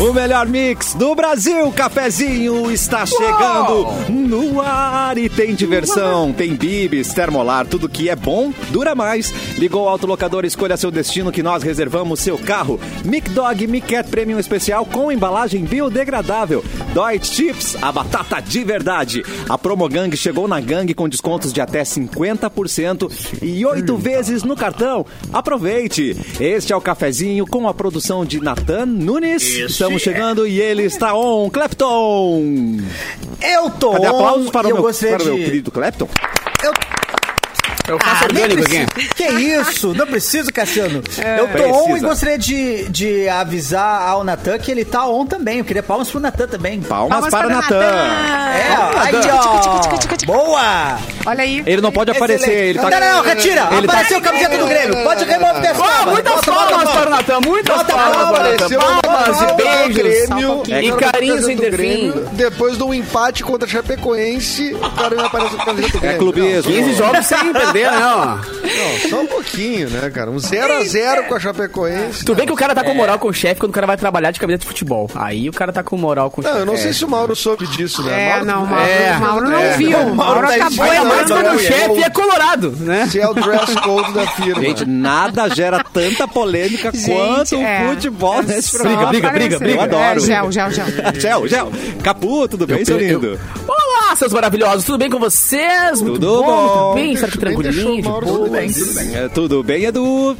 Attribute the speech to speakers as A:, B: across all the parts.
A: O melhor mix do Brasil, cafezinho está chegando no ar e tem diversão, tem bibis, termolar, tudo que é bom dura mais. Ligou o autolocador, escolha seu destino que nós reservamos seu carro. Mic Dog Mic Cat Premium Especial com embalagem biodegradável. Dói Chips, a batata de verdade. A Promogang chegou na gangue com descontos de até 50% e oito vezes no cartão. Aproveite! Este é o cafezinho com a produção de Natan Nunes. Estamos chegando e ele está on, Clapton!
B: Eu tô
A: Cadê
B: on,
A: aplausos para, o
B: e eu
A: meu,
B: gostaria
A: para o meu
B: de...
A: querido Clapton?
C: Eu faço
B: Ah, nem
C: orgânico aqui.
B: preciso. Que isso? Não preciso, Cassiano.
D: É,
B: eu tô on
A: precisa.
B: e gostaria de, de avisar ao Natan que ele tá on também. Eu queria palmas pro Natan também.
A: Palmas,
D: Palmas
A: para,
D: para
A: Natan!
D: Natan.
B: É, ó, aí,
A: Natan.
B: ó.
D: Tica, tica, tica, tica.
B: Boa!
D: Olha aí.
A: Ele não pode aparecer,
B: Excelente.
A: ele tá...
B: Não, não, não, retira!
A: Ele tá-
B: Apareceu a camiseta do Grêmio! Pode remover essa.
C: Ah, muitas palmas para o Natan, muitas
B: Bota
C: palmas
B: palma,
C: para o Natan.
E: Apareceu uma
C: Palmas
E: palavra
C: e beijos.
D: só um
E: Grêmio,
A: é.
D: pouquinho.
E: o cara
C: E carinho
E: tá
C: sem
E: dentro do
C: ter
E: Grêmio, Depois do empate contra a Chapecoense, o cara me aparece com a camiseta do Grêmio.
A: É clubismo.
C: 15 jogos sem perder, né? ó?
E: Não, não, só um pouquinho, né, cara? Um 0x0 com a Chapecoense.
C: Tu vê que o cara tá com moral com o chefe quando o cara vai trabalhar de camiseta de futebol. Aí o cara tá com moral com o chefe.
E: Não, eu não sei se o Mauro soube disso, né?
D: É,
E: Mauro-
D: não, Mauro,
C: É.
D: Mauro não
E: É.
D: viu.
E: O
D: Mauro,
E: Mauro tá
D: acabou
E: em cima,
C: Ainda mais
D: errando.
C: quando
E: Não,
C: o
E: é
C: chefe
E: o-
C: é colorado, né?
E: Se é o dress code da firma.
A: Gente, nada gera tanta polêmica
D: Gente,
A: quanto
D: é.
A: o futebol nesse
D: Só
A: programa.
D: apareceu.
A: Eu adoro.
D: É, gel, gel, gel.
A: Gel, gel. Capu, tudo bem, seu é lindo?
C: Olá, seus maravilhosos, tudo bem com vocês? Muito
A: Tudo bom.
C: muito bem, será que
E: Deixa- nem
C: tranquilinho, de
E: deixou o Mauro
C: boa?
E: tudo bem.
A: Tudo bem, É, tudo bem, Edu?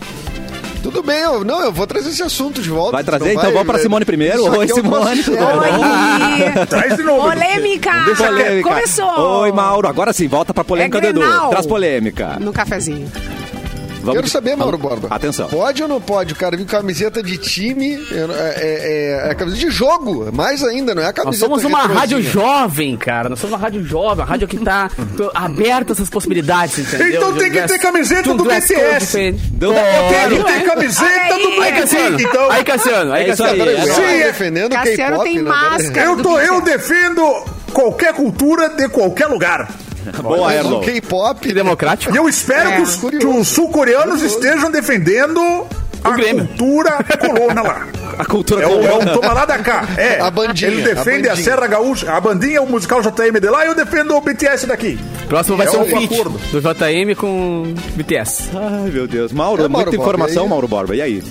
E: Tudo bem, eu, não, eu vou trazer esse assunto de volta.
A: Vai
E: tu
A: trazer?
E: não
A: Então vamos pra
E: velho.
A: Simone primeiro.
E: Isso
A: Oi,
E: aqui é um
A: Simone,
E: passo
A: tudo
E: real.
A: bom?
D: Oi.
F: Traz de novo.
D: Polêmica.
A: Ah, Polêmica.
D: Começou.
A: Oi, Mauro. Agora sim, volta pra polêmica
D: É
A: do Edu.
D: Grenal.
A: Traz polêmica.
D: No cafezinho.
A: Vamos
E: Quero saber, Mauro Borba.
A: Atenção.
E: Pode ou não pode? O cara viu camiseta de time, eu não- é, é- é a camiseta de jogo, mais ainda, não é a
C: Nós
E: camiseta
C: somos uma
E: retrozinha.
C: rádio jovem, cara. Nós somos uma rádio jovem, a rádio que tá tô, aberta essas possibilidades, entendeu?
F: Então
C: De
F: tem que
C: dress-
F: ter camiseta
C: de um
F: do
C: dress code
F: BTS.
C: diferente.
A: Do-
F: Tem Então, que
C: Claro.
F: ter camiseta do
C: Aí,
F: Black
C: Cassiano.
F: Pink, então.
C: Aí, Cassiano. Aí,
A: É isso aí,
C: Cassiano.
A: é isso
E: Sim,
F: Sim, é.
E: defendendo
D: Cassiano
E: K-pop,
D: tem
E: né?
D: máscara.
F: Eu, tô, eu defendo qualquer cultura de qualquer lugar.
A: Boa,
E: Mas é o
A: Erlon.
E: K-pop, né?
C: Democrático?
F: E eu espero
D: É.
F: que os, que os sul-coreanos estejam defendendo a
C: Grêmio.
F: cultura colona lá.
A: A cultura
F: É o, é
A: colombiana.
F: o toma lá da cá. É.
E: A bandinha,
F: Ele defende
E: a
F: a,
E: bandinha.
F: Serra Gaúcha, a bandinha, o musical JM de lá e eu defendo o BTS daqui.
C: Próximo vai
F: É
C: ser
F: um
C: um feat
F: acordo.
C: do JM com BTS.
A: Ai, meu Deus. Mauro,
E: É, Mauro
A: muita
E: Borba,
A: informação,
E: e aí?
A: Mauro Borba. E aí?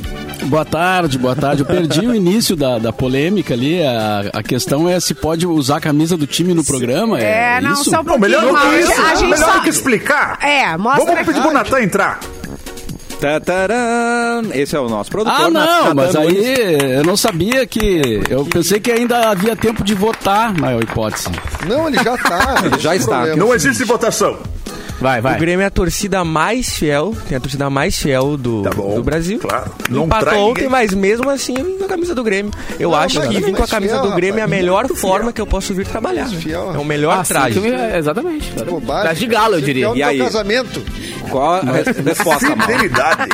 G: Boa tarde, boa tarde. Eu perdi o início da, da polêmica ali. A, a questão é se pode usar a camisa do time no programa. É,
D: É, não,
G: isso?
D: só um
F: Não,
D: pouquinho.
F: melhor do
D: Mauro.
F: que isso.
D: A gente
F: melhor
D: só...
F: do que explicar.
D: É, mostra
F: Vamos pedir pro
D: aqui.
F: Natan entrar.
A: Tataram. Esse é o nosso produtor.
G: Ah,
A: Natan
G: não, mas
A: Nunes.
G: aí eu não sabia que. Eu pensei que ainda havia tempo de votar na hipótese.
E: Não, ele já tá.
A: Ele já está.
F: Não existe votação.
C: Vai,
H: O
C: vai.
H: Grêmio é a torcida mais fiel, tem a torcida mais fiel do,
F: Tá
E: Tá
F: bom,
H: do Brasil.
F: claro. Não
H: Não
F: trai
H: Empatou
F: ninguém.
H: ontem, mas mesmo assim eu vim com a camisa do Grêmio. Eu
E: Não,
H: acho
E: mas
H: que
E: também
H: vir com a
E: mais
H: camisa
E: fiel,
H: do Grêmio é a
E: rapaz,
H: melhor forma que eu posso vir trabalhar. né?
E: fiel.
H: É o melhor
C: Ah, sim,
H: traje.
C: tu- é, exatamente. exatamente.
E: Bobagem,
C: Traje de
E: cara.
C: galo, eu
E: Você
C: diria.
E: quer o
A: E
E: teu
A: aí?
E: casamento?
A: Qual a res- resposta, Mauro?
F: Fidelidade.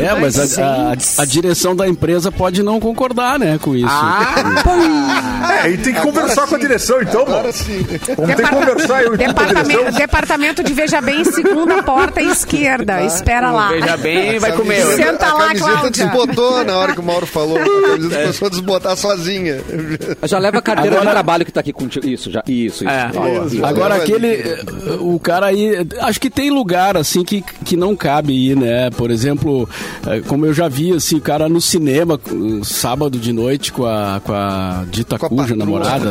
G: É, mas a, a- a direção da empresa pode não concordar, né, com isso.
D: Ah,
F: É, e tem que
E: Agora
F: conversar com
E: sim.
F: a direção, então,
E: Agora
F: mano.
E: sim.
F: Vamos ter que
D: Departa-
F: conversar eu e tu com a direção.
D: Departamento, departamento de Veja Bem, segunda porta à esquerda. Espera lá.
C: Veja bem, vai comer.
E: Essa
D: Senta
E: a
D: lá,
E: camiseta
D: Cláudia.
E: desbotou na hora que o Mauro falou. A camiseta começou a desbotar sozinha.
A: Já leva a carteira de trabalho que tá aqui contigo. Isso, já. Isso, isso.
C: É.
A: Boa.
E: Isso.
G: Agora aquele. eh, O cara aí. Acho que tem lugar, assim, que, que não cabe ir, né? Por exemplo, eh, como eu já vi, assim, o cara no cinema, eh, sábado de noite, com a, com a dita
E: Com a
G: cuja
E: patroa.
G: namorada.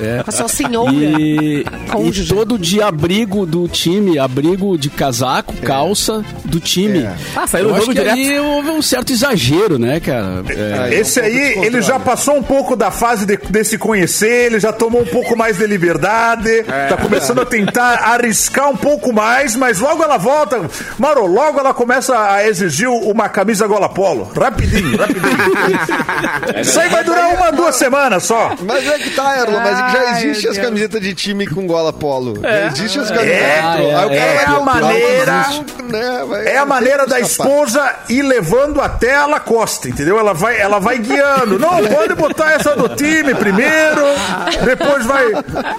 G: É.
D: Com a sua senhora.
G: E, e
D: Cônjuge.
G: todo de abrigo do time, abrigo de casaco, calça do time.
E: É.
C: Ah, saiu
G: Eu
C: do
G: acho
C: jogo
G: que
C: direto.
G: aí houve um certo exagero, né, cara? É.
E: Aí,
F: Esse
E: um pouco
F: aí, ele
E: descontrole.
F: já passou um pouco da fase de, de se conhecer, ele já tomou um pouco mais de liberdade,
E: É.
F: tá começando a tentar arriscar um pouco mais, mas logo ela volta. Mauro, logo ela começa a exigir uma camisa gola polo. Rapidinho, rapidinho. Isso aí vai durar uma, duas semanas só.
E: Mas é que tá, Erlon, mas é que já
D: Ai,
E: existe
D: meu
E: as
D: Deus.
E: camisetas de time com gola polo. Já existe as camisetas.
F: É,
E: Aí o cara
F: é
E: vai
F: a
E: comprar uma que
F: maneira.
E: existe. né? Vai-
F: É a
E: não
F: maneira
E: tem
F: da
E: como escapar.
F: esposa ir levando até ela costa, entendeu? Ela vai, ela vai guiando. Não, pode botar essa do time primeiro, depois vai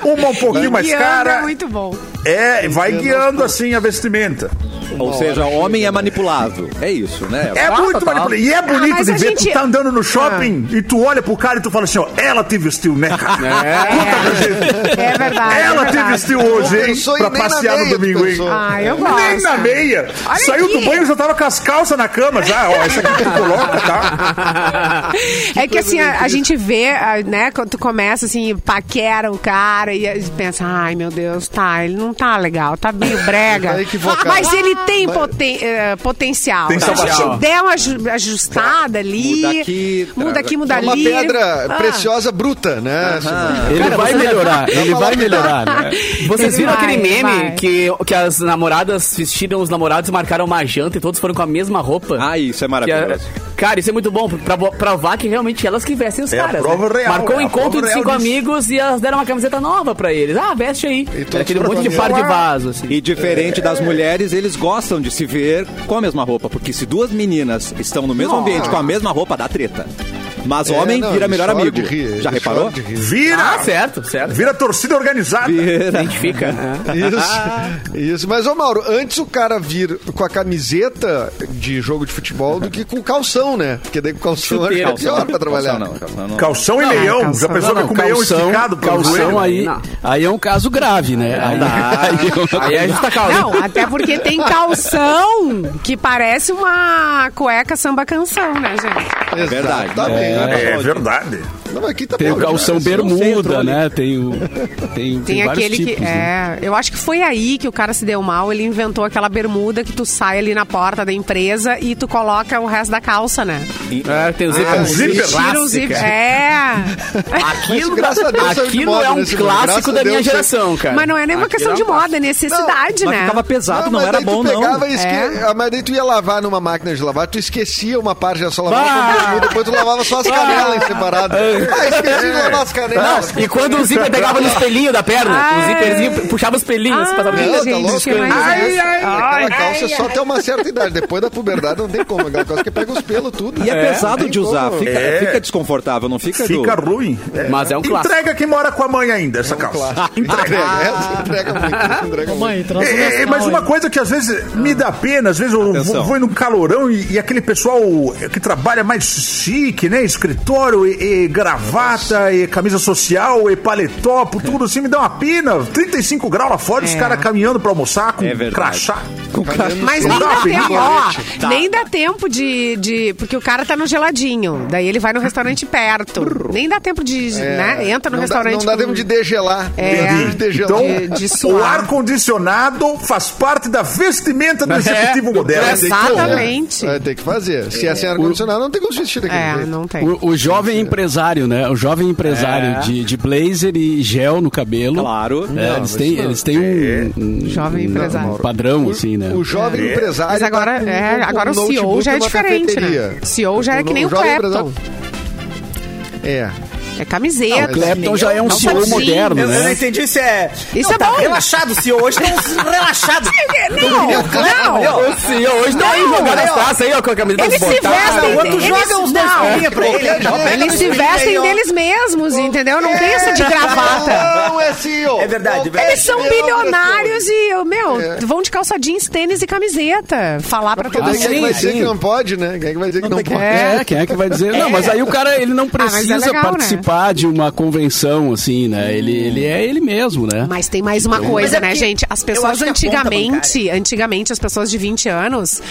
F: uma um pouquinho mais
D: Guiando é
F: cara.
D: muito bom.
F: É, vai guiando assim a vestimenta.
A: Ou seja, o homem é manipulado. É isso, né?
D: Tá,
F: É muito manipulado. E é bonito
D: Ah, mas
F: de
D: a
F: ver,
D: gente- Ah.
F: tu tá andando no shopping e tu olha pro cara e tu fala assim, ó, ela te vestiu, né, cara?
D: É verdade.
F: Ela
D: é
F: te
D: verdade.
F: vestiu hoje,
E: Eu
F: hein?
E: pensou em
F: Pra
E: nem na
F: passear no
E: meia, tu
F: domingo, hein?
E: pensou.
D: Ah, eu gosto.
F: Nem na meia.
D: Olha
F: Saiu
D: aqui.
F: do banho e já tava com as calças na cama já. Ó, essa aqui tu coloca, tá?
D: é que assim, a, a gente vê, a- né, quando tu começa assim, paquera o cara e a gente pensa, ai meu Deus, tá, ele não tá legal, tá meio brega.
E: Tá equivocado.
D: Mas ele tem
E: Mas-
D: poten- eh, potencial.
F: Tem
D: Então,
F: salvação.
D: se der uma aju- ajustada ali,
A: Muda aqui,
D: muda,
A: traga-
D: aqui, muda
E: É uma
D: ali.
E: pedra
D: Ah.
E: preciosa bruta, né?
G: Ele vai
E: tá
G: melhorar, ele vai melhorar, né?
C: Vocês viram
D: Vai,
C: aquele
D: vai.
C: meme que, que as namoradas vestiram, os namorados marcaram uma janta e todos foram com a mesma roupa?
A: Ah, isso é
C: Que é-
A: maravilhoso.
C: cara, isso é muito bom pra pra provar que realmente elas que vestem os
F: É a
C: caras.
F: prova real,
C: Marcou
F: é
C: um
F: a
C: encontro
F: prova
C: de
F: real
C: cinco
F: disso.
C: amigos e elas deram uma camiseta nova pra eles. Ah, veste aí.
E: todos
C: Era aquele
E: pra
C: monte de
E: fazer.
C: par de vaso, assim.
A: E diferente das mulheres, eles gostam de se ver com a mesma roupa, porque se duas meninas estão no mesmo ambiente com a mesma roupa, dá treta. Mas
E: É,
A: homem
E: não,
A: vira
E: ele
A: melhor
E: chora
A: amigo.
E: de rir,
A: Já
E: ele
A: reparou?
E: chora de rir.
F: Vira!
C: Ah, certo, certo.
F: Vira torcida organizada.
A: Vira.
C: Identifica.
E: É.
C: né?
E: Isso, isso. Mas, ô Mauro, antes o cara vir com a camiseta de jogo de futebol do que com calção, né? Porque daí com calção é
C: Chuteira.
E: pior pra trabalhar.
A: Calção não, calção não.
F: Calção e meião.
D: calção.
F: Já pensou
G: Não,
F: que é
G: não,
F: com meião
G: calção,
F: um esticado pro joelho?
G: calção aí,
C: Não.
G: aí é um caso grave, né? Aí, aí é uma
C: Aí é justa causa.
D: Não, até porque tem calção que parece uma cueca samba canção, né, gente?
E: É
A: Verdade.
E: Exatamente.
F: É verdade.
E: Não, mas aqui tá
G: Tem o
E: bom,
G: calção
E: cara.
G: bermuda, né? Tem o tem, tem,
D: Tem,
G: vários
D: aquele
G: tipos.
D: que.
G: né?
D: É, eu acho que foi aí que o cara se deu mal. Ele inventou aquela bermuda que tu sai ali na porta da empresa e tu coloca o resto da calça, né?
C: É, tem o zíper.
E: Ah,
F: zíper.
D: Tira o zip. É.
C: Aquilo,
E: Mas graças a Deus saiu de
C: aquilo
E: moda
C: é um
E: nesse mundo. Graças
C: clássico
E: a
C: da minha
E: Deus
C: geração, cara.
D: Mas não é nenhuma
C: Aquilo
D: questão
C: é um
D: de moda, é necessidade,
A: Mas
D: né?
A: ficava pesado, não,
E: mas
A: era
E: daí tu
A: bom, não.
E: pegava e esque-
D: É.
E: Ah, mas daí tu ia lavar numa máquina de lavar, tu esquecia uma parte, já só lavava
C: Bah!
E: todo mundo, depois tu lavava só as canelas em separado. Ah, esqueci de lavar as canelas.
C: Não, e quando o zíper pegava no espelhinho da perna, o
D: Ai.
C: zíperzinho puxava os pelinhos,
D: Ai,
C: passava
E: Não,
D: gente,
E: tá louco?
D: que mais
E: Ai,
D: é?
E: ai, aquela calça só até uma certa idade. Depois da puberdade não tem como. Aquela calça que pega os pelos, tudo.
A: E é, pesado
E: Tem
A: de usar,
E: como.
A: fica,
F: É.
A: fica desconfortável, não fica, Edu?
F: Fica ruim. É.
C: Mas é um clássico.
F: Entrega quem mora com a mãe ainda, essa calça.
E: Entrega, essa É, entrega muito, entrega muito.
I: Mãe,
F: É, é, é, mas uma coisa que às vezes me dá pena, às vezes eu vou,
A: Atenção.
F: vou no calorão e, e aquele pessoal que trabalha mais chique, né? Escritório e, e gravata e camisa social e paletó, por tudo assim me dá uma pena. 35 graus lá fora, os caras caminhando pra almoçar com
A: É verdade.
F: crachá. Com crachá.
D: Mas nem dá tempo, ó, nem dá tempo de, de- Porque o cara tá no geladinho. Daí ele vai no restaurante perto. Nem dá tempo de. né? Entra no
E: não dá,
D: restaurante.
E: não dá
D: com-
E: tempo de degelar.
D: É.
E: Não dá tempo de degelar.
F: Então,
D: de- de suar.
F: o ar-condicionado faz parte da vestimenta
G: É.
F: do executivo moderno. Então,
D: Exatamente.
E: Vai ter que fazer. Se é sem ar-condicionado, não tem como se vestir daquele
D: É,
E: jeito.
D: não tem.
G: O, o jovem empresário, né? O jovem empresário de, de blazer e gel no cabelo.
A: Claro. né?
G: É,
A: Não,
G: eles, têm, eles têm um, um
D: Jovem empresário.
G: padrão, assim, né?
E: O jovem empresário.
D: É. Mas agora,
E: tá com-
D: é,
E: com
D: agora o
E: notebook
D: CEO já é
E: numa
D: diferente, né?
E: cafeteria.
D: CEO já é que nem o
E: jovem
D: Clapton.
E: empresário- É.
D: É camiseta.
E: Não, o Clapton
G: Então já é um
D: Não,
G: CEO
D: sim.
G: moderno,
I: Eu, eu não
G: né?
I: entendi se é.
D: Isso
I: não,
D: é
I: tá
D: bom.
I: relaxado, se hoje
B: um
I: tá relaxado.
D: Não, não.
C: O senhor hoje tá aí
D: Não,
C: jogando as
D: não.
C: taças aí, ó, com a camiseta
D: Eles se
C: desbotada.
I: Ah, o
D: vestem.
I: outro
D: Eles-
I: joga uns dois
D: não.
I: bolinhas pra ele. ó, pega
D: Eles
I: dois
D: se
I: bolinhas
D: vestem
I: aí, ó.
D: deles mesmos, entendeu? Não tem essa de gravata.
E: É, Não é CEO.
I: É verdade,
E: Não é
D: Eles são
E: CEO,
D: bilionários e, meu,
E: É.
D: vão de calça jeans, tênis e camiseta. Falar pra
E: Porque
D: todo
E: daí
D: mundo.
E: quem é que
G: sim,
E: vai dizer
G: sim.
E: que não pode, né? Quem é que vai dizer que não, pode?
G: É, quem é que vai dizer? Não, mas aí o cara, ele não
D: mas é
G: precisa
D: legal, né?
G: participar de uma convenção, assim, né? Ele, ele é ele mesmo, né?
D: Mas tem mais uma
I: Mas
D: coisa,
I: é
D: né,
I: porque
D: gente? As
I: eu
D: pessoas
I: acho que a conta
D: antigamente, antigamente as pessoas de 20 anos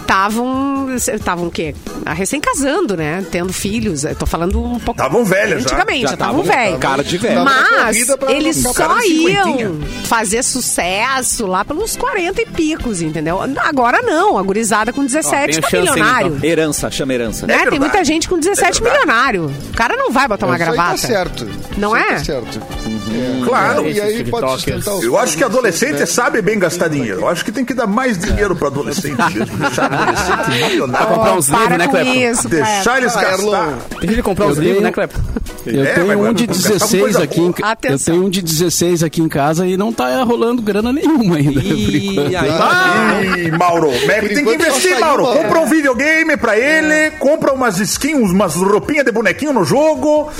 D: estavam, estavam o quê? Ah, Recém casando, né? Tendo filhos. Eu tô falando um pouco
F: Estavam velhas já.
A: Já
D: Antigamente, já estavam
A: estavam
D: velhos.
A: cara de velho.
E: Tava na
D: Mas
E: corrida pra
D: eles
E: não
D: só
F: de cinquentinha.
D: iam fazer sucesso lá pelos 40 e picos, entendeu? Agora não, a gurizada com 17
A: É
C: Ó, tem
D: tá
A: tipo
C: chance,
D: milionário.
C: então.
A: Herança, chama herança.
D: Né? Tem
F: verdade.
D: muita gente com 17 milionário. O cara não vai botar uma gravata.
E: Isso aí tá certo.
D: Não
E: Isso aí
D: é?
E: Tá certo. Ah,
F: Claro.
E: E aí
C: Esses
E: pode
C: tiktokers.
E: sustentar os
D: é.
F: Eu acho que adolescente sabe bem gastar dinheiro. Eu acho que tem que dar mais dinheiro para adolescente mesmo. Deixar adolescente
C: Pra
F: milionário.
C: comprar uns
D: Para
C: livros, né,
D: com
C: Clepton?
D: isso, Clepton.
F: Deixar eles
E: Ah, Erlon.
F: gastar.
C: Deixa ele comprar uns
G: Eu
C: livros,
G: tenho-
C: né, Clepton?
G: Eu
F: É, mas
G: tenho um
F: agora
G: de
F: vamos gastar com coisa
G: 16 aqui em, ca- eu
D: Atenção.
G: tenho um de 16 aqui em casa e não tá rolando grana nenhuma ainda. por enquanto.
H: E aí,
G: Ah!
F: Ih, Mauro, o Mac tem que
E: enquanto
F: investir,
E: só saiu,
F: Mauro.
E: Mauro.
F: Compra um videogame pra ele,
G: É.
F: compra umas skins, umas roupinhas de bonequinho no jogo.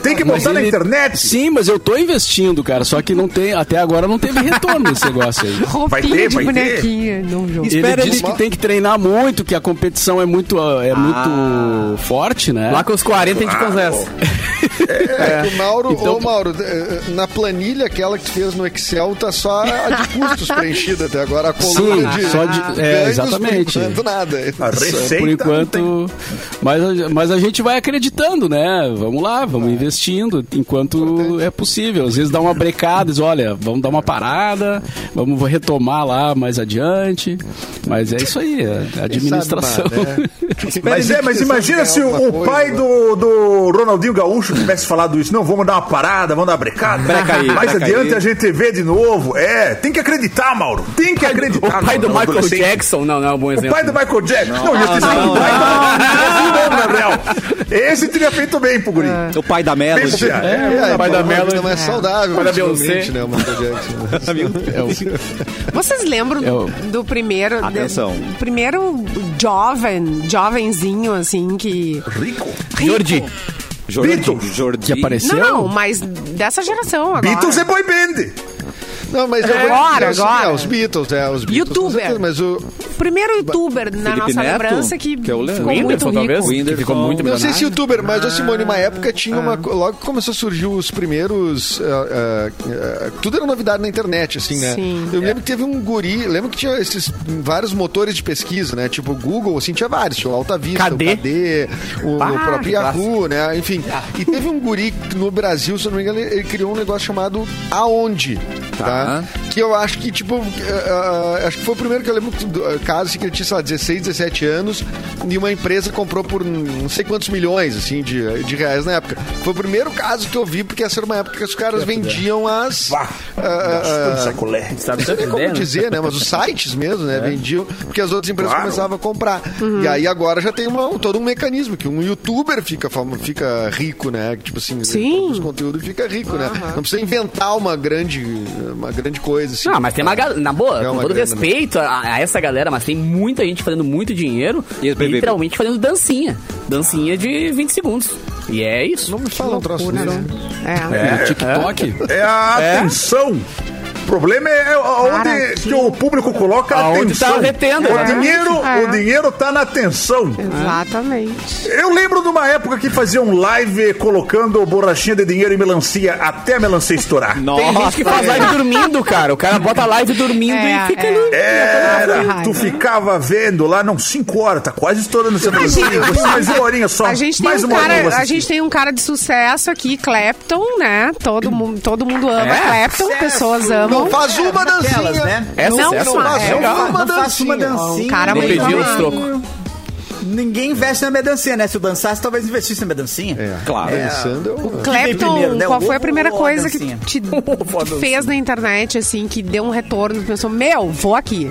F: Tem que
G: Mas
F: botar na
G: ele-
F: internet.
G: Sim, mas eu tô investindo, cara. Só que não tem, até agora não teve retorno esse negócio aí.
D: Roupinha
F: ter,
D: de
F: vai ter.
D: bonequinha num jogo.
G: Ele
A: Espera ele-
G: diz que tem que treinar muito, que a competição é muito, ah, é muito forte, né?
C: Lá com os 40 a gente conversa.
E: É que o Mauro,
G: Então-
E: ô Mauro, eh, eh, na planilha aquela que tu fez no Excel, tá só a de custos preenchida até agora. A coluna
G: Sim,
E: de,
G: só de- é,
E: ganhos,
G: exatamente.
E: Por enquanto, nada.
I: Ah,
F: A receita.
G: Por
F: não tem-
G: enquanto. Mas, a- mas a gente vai acreditando, né? Vamos lá, vamos investindo enquanto é possível. Às vezes dá uma brecada, diz, olha, vamos dar uma parada, vamos retomar lá mais adiante. Mas é isso aí, é administração.
F: Mas é, mas imagina se o, o pai do, do Ronaldinho Gaúcho tivesse falado isso. Não, vamos dar uma parada, vamos dar uma brecada.
A: Breca aí,
F: Mais
A: breca
F: adiante
A: aí.
F: a gente vê de novo. É, tem que acreditar, Mauro. Tem que
C: O
F: acreditar.
C: pai do
F: Mauro,
C: Michael
F: adolescente.
C: Jackson, não, não é um bom
F: O
C: exemplo.
F: pai do Michael Jackson. Não, ia ter sido o pai do Michael Jackson, Gabriel. Esse teria feito bem pro guri.
D: É.
A: O pai da
F: Bem
A: Melody.
F: pro Thiago.
E: É,
C: pai
E: pai
C: da
E: da
C: Melody.
E: Não é saudável,
C: Pai da Beyoncé.
E: principalmente, né, o Michael Jackson.
G: É o-
D: Vocês lembram
G: Eu-
D: do primeiro.
A: Atenção.
D: do primeiro jovem, jovenzinho, assim, que.
F: Rico.
C: Jordi.
A: Jordi,
F: Beatles.
A: Jordi.
G: que apareceu?
D: Não, mas dessa geração agora.
F: Beatles é boy band.
E: Não, mas eu vou dizer
D: Agora,
E: assim,
D: agora.
E: é, os Beatles, é, os Beatles. com
D: Youtuber.
E: certeza, Mas o,
D: Primeiro youtuber na
A: Felipe
D: nossa
A: Neto,
D: lembrança que,
A: que é o
D: ficou
A: Whindersson,
D: muito rico.
C: talvez? Que
A: Whindersson.
C: ficou muito
E: Não Ah.
C: melhor.
E: sei se youtuber, mas, ô Simone, uma época tinha uma. co- Logo que começou a surgir os primeiros. ah, ah, ah, tudo era novidade na internet, assim, né?
D: Sim.
E: Eu lembro que teve um guri. Lembro que tinha esses vários motores de pesquisa, né? Tipo o Google, assim, tinha vários. Tinha o Alta Vista,
C: Cadê?
E: o KD, o,
C: Bah,
E: o próprio
C: que massa.
E: Yahoo, né? Enfim. E teve um guri no Brasil, se eu não me engano, ele ele criou um negócio chamado Aonde. Tá. Que eu acho que, tipo, ah, ah, acho que foi o primeiro que eu lembro do ah, caso assim, que ele tinha, sei lá, 16, 17 anos e uma empresa comprou por não sei quantos milhões, assim, de, de reais na época. Foi o primeiro caso que eu vi, porque essa era uma época né? que os caras vendiam as.
F: Vá.
E: ah, ah, ah,
F: Sacolé.
C: Sabe
E: não sei como
C: né?
E: dizer, né? Mas os sites mesmo, né? Vendiam, porque as outras empresas
F: Claro.
E: começavam a comprar. E aí agora já tem uma- todo um mecanismo que um youtuber fica, famo- fica rico, né? Tipo assim,
D: Sim.
E: produz conteúdo e fica rico, né? Não precisa inventar uma grande, uma grande coisa. Assim.
C: Não, mas tem uma galera, na boa,
E: É
C: com
E: uma
C: todo
E: grana,
C: respeito a, a essa galera, mas tem muita gente fazendo muito dinheiro,
A: E esse BBB?
C: literalmente fazendo dancinha. Dancinha de 20 segundos. E é isso.
E: Não me fala um troço desse. né?
D: É.
G: No TikTok?
F: É a atenção. O problema é onde
D: Cara,
F: que...
D: que-
F: o público coloca a
C: Aonde
F: atenção.
C: tá retendo,
F: o,
C: né?
F: dinheiro,
D: É.
F: o dinheiro tá na atenção.
D: Exatamente.
F: Eu lembro de uma época que faziam live colocando borrachinha de dinheiro e melancia até a melancia estourar.
C: Tem gente que faz live dormindo, cara. O cara bota live dormindo
D: É,
C: e fica
D: é.
C: ali.
F: Era,
D: Ferrari,
F: tu
D: né?
F: ficava vendo lá, não, 5 horas, tá quase estourando essa melancia.
D: gente-
F: Você mais uma horinha só.
D: A gente, tem
F: mais
D: um
F: uma horinha eu
D: cara,
F: vou
D: a
F: assistir.
D: gente tem um cara de sucesso aqui, Clapton, né? Todo mundo, todo mundo ama Clapton, Então, pessoas amam.
E: Não faz uma
B: Daquelas,
E: dancinha.
B: É, né?
C: É
D: Não
C: sucesso,
D: faz,
C: né?
D: é legal.
E: Uma
B: Não faço uma
E: dancinha.
B: dancinha.
D: Um cara
C: Não
D: muito
C: pediu os
D: amado.
C: trocos.
B: Ninguém investe na minha dancinha, né? Se eu dançasse, talvez investisse na minha dancinha.
D: É.
A: Claro.
E: Pensando, eu-
B: Quem
D: Clapton,
B: veio primeiro, né?
D: qual
B: O
D: foi
B: ovo
D: a primeira
B: ou a
D: coisa que
B: dancinha?
D: te tu fez na internet, assim, que deu um retorno? Tu pensou, meu, vou aqui.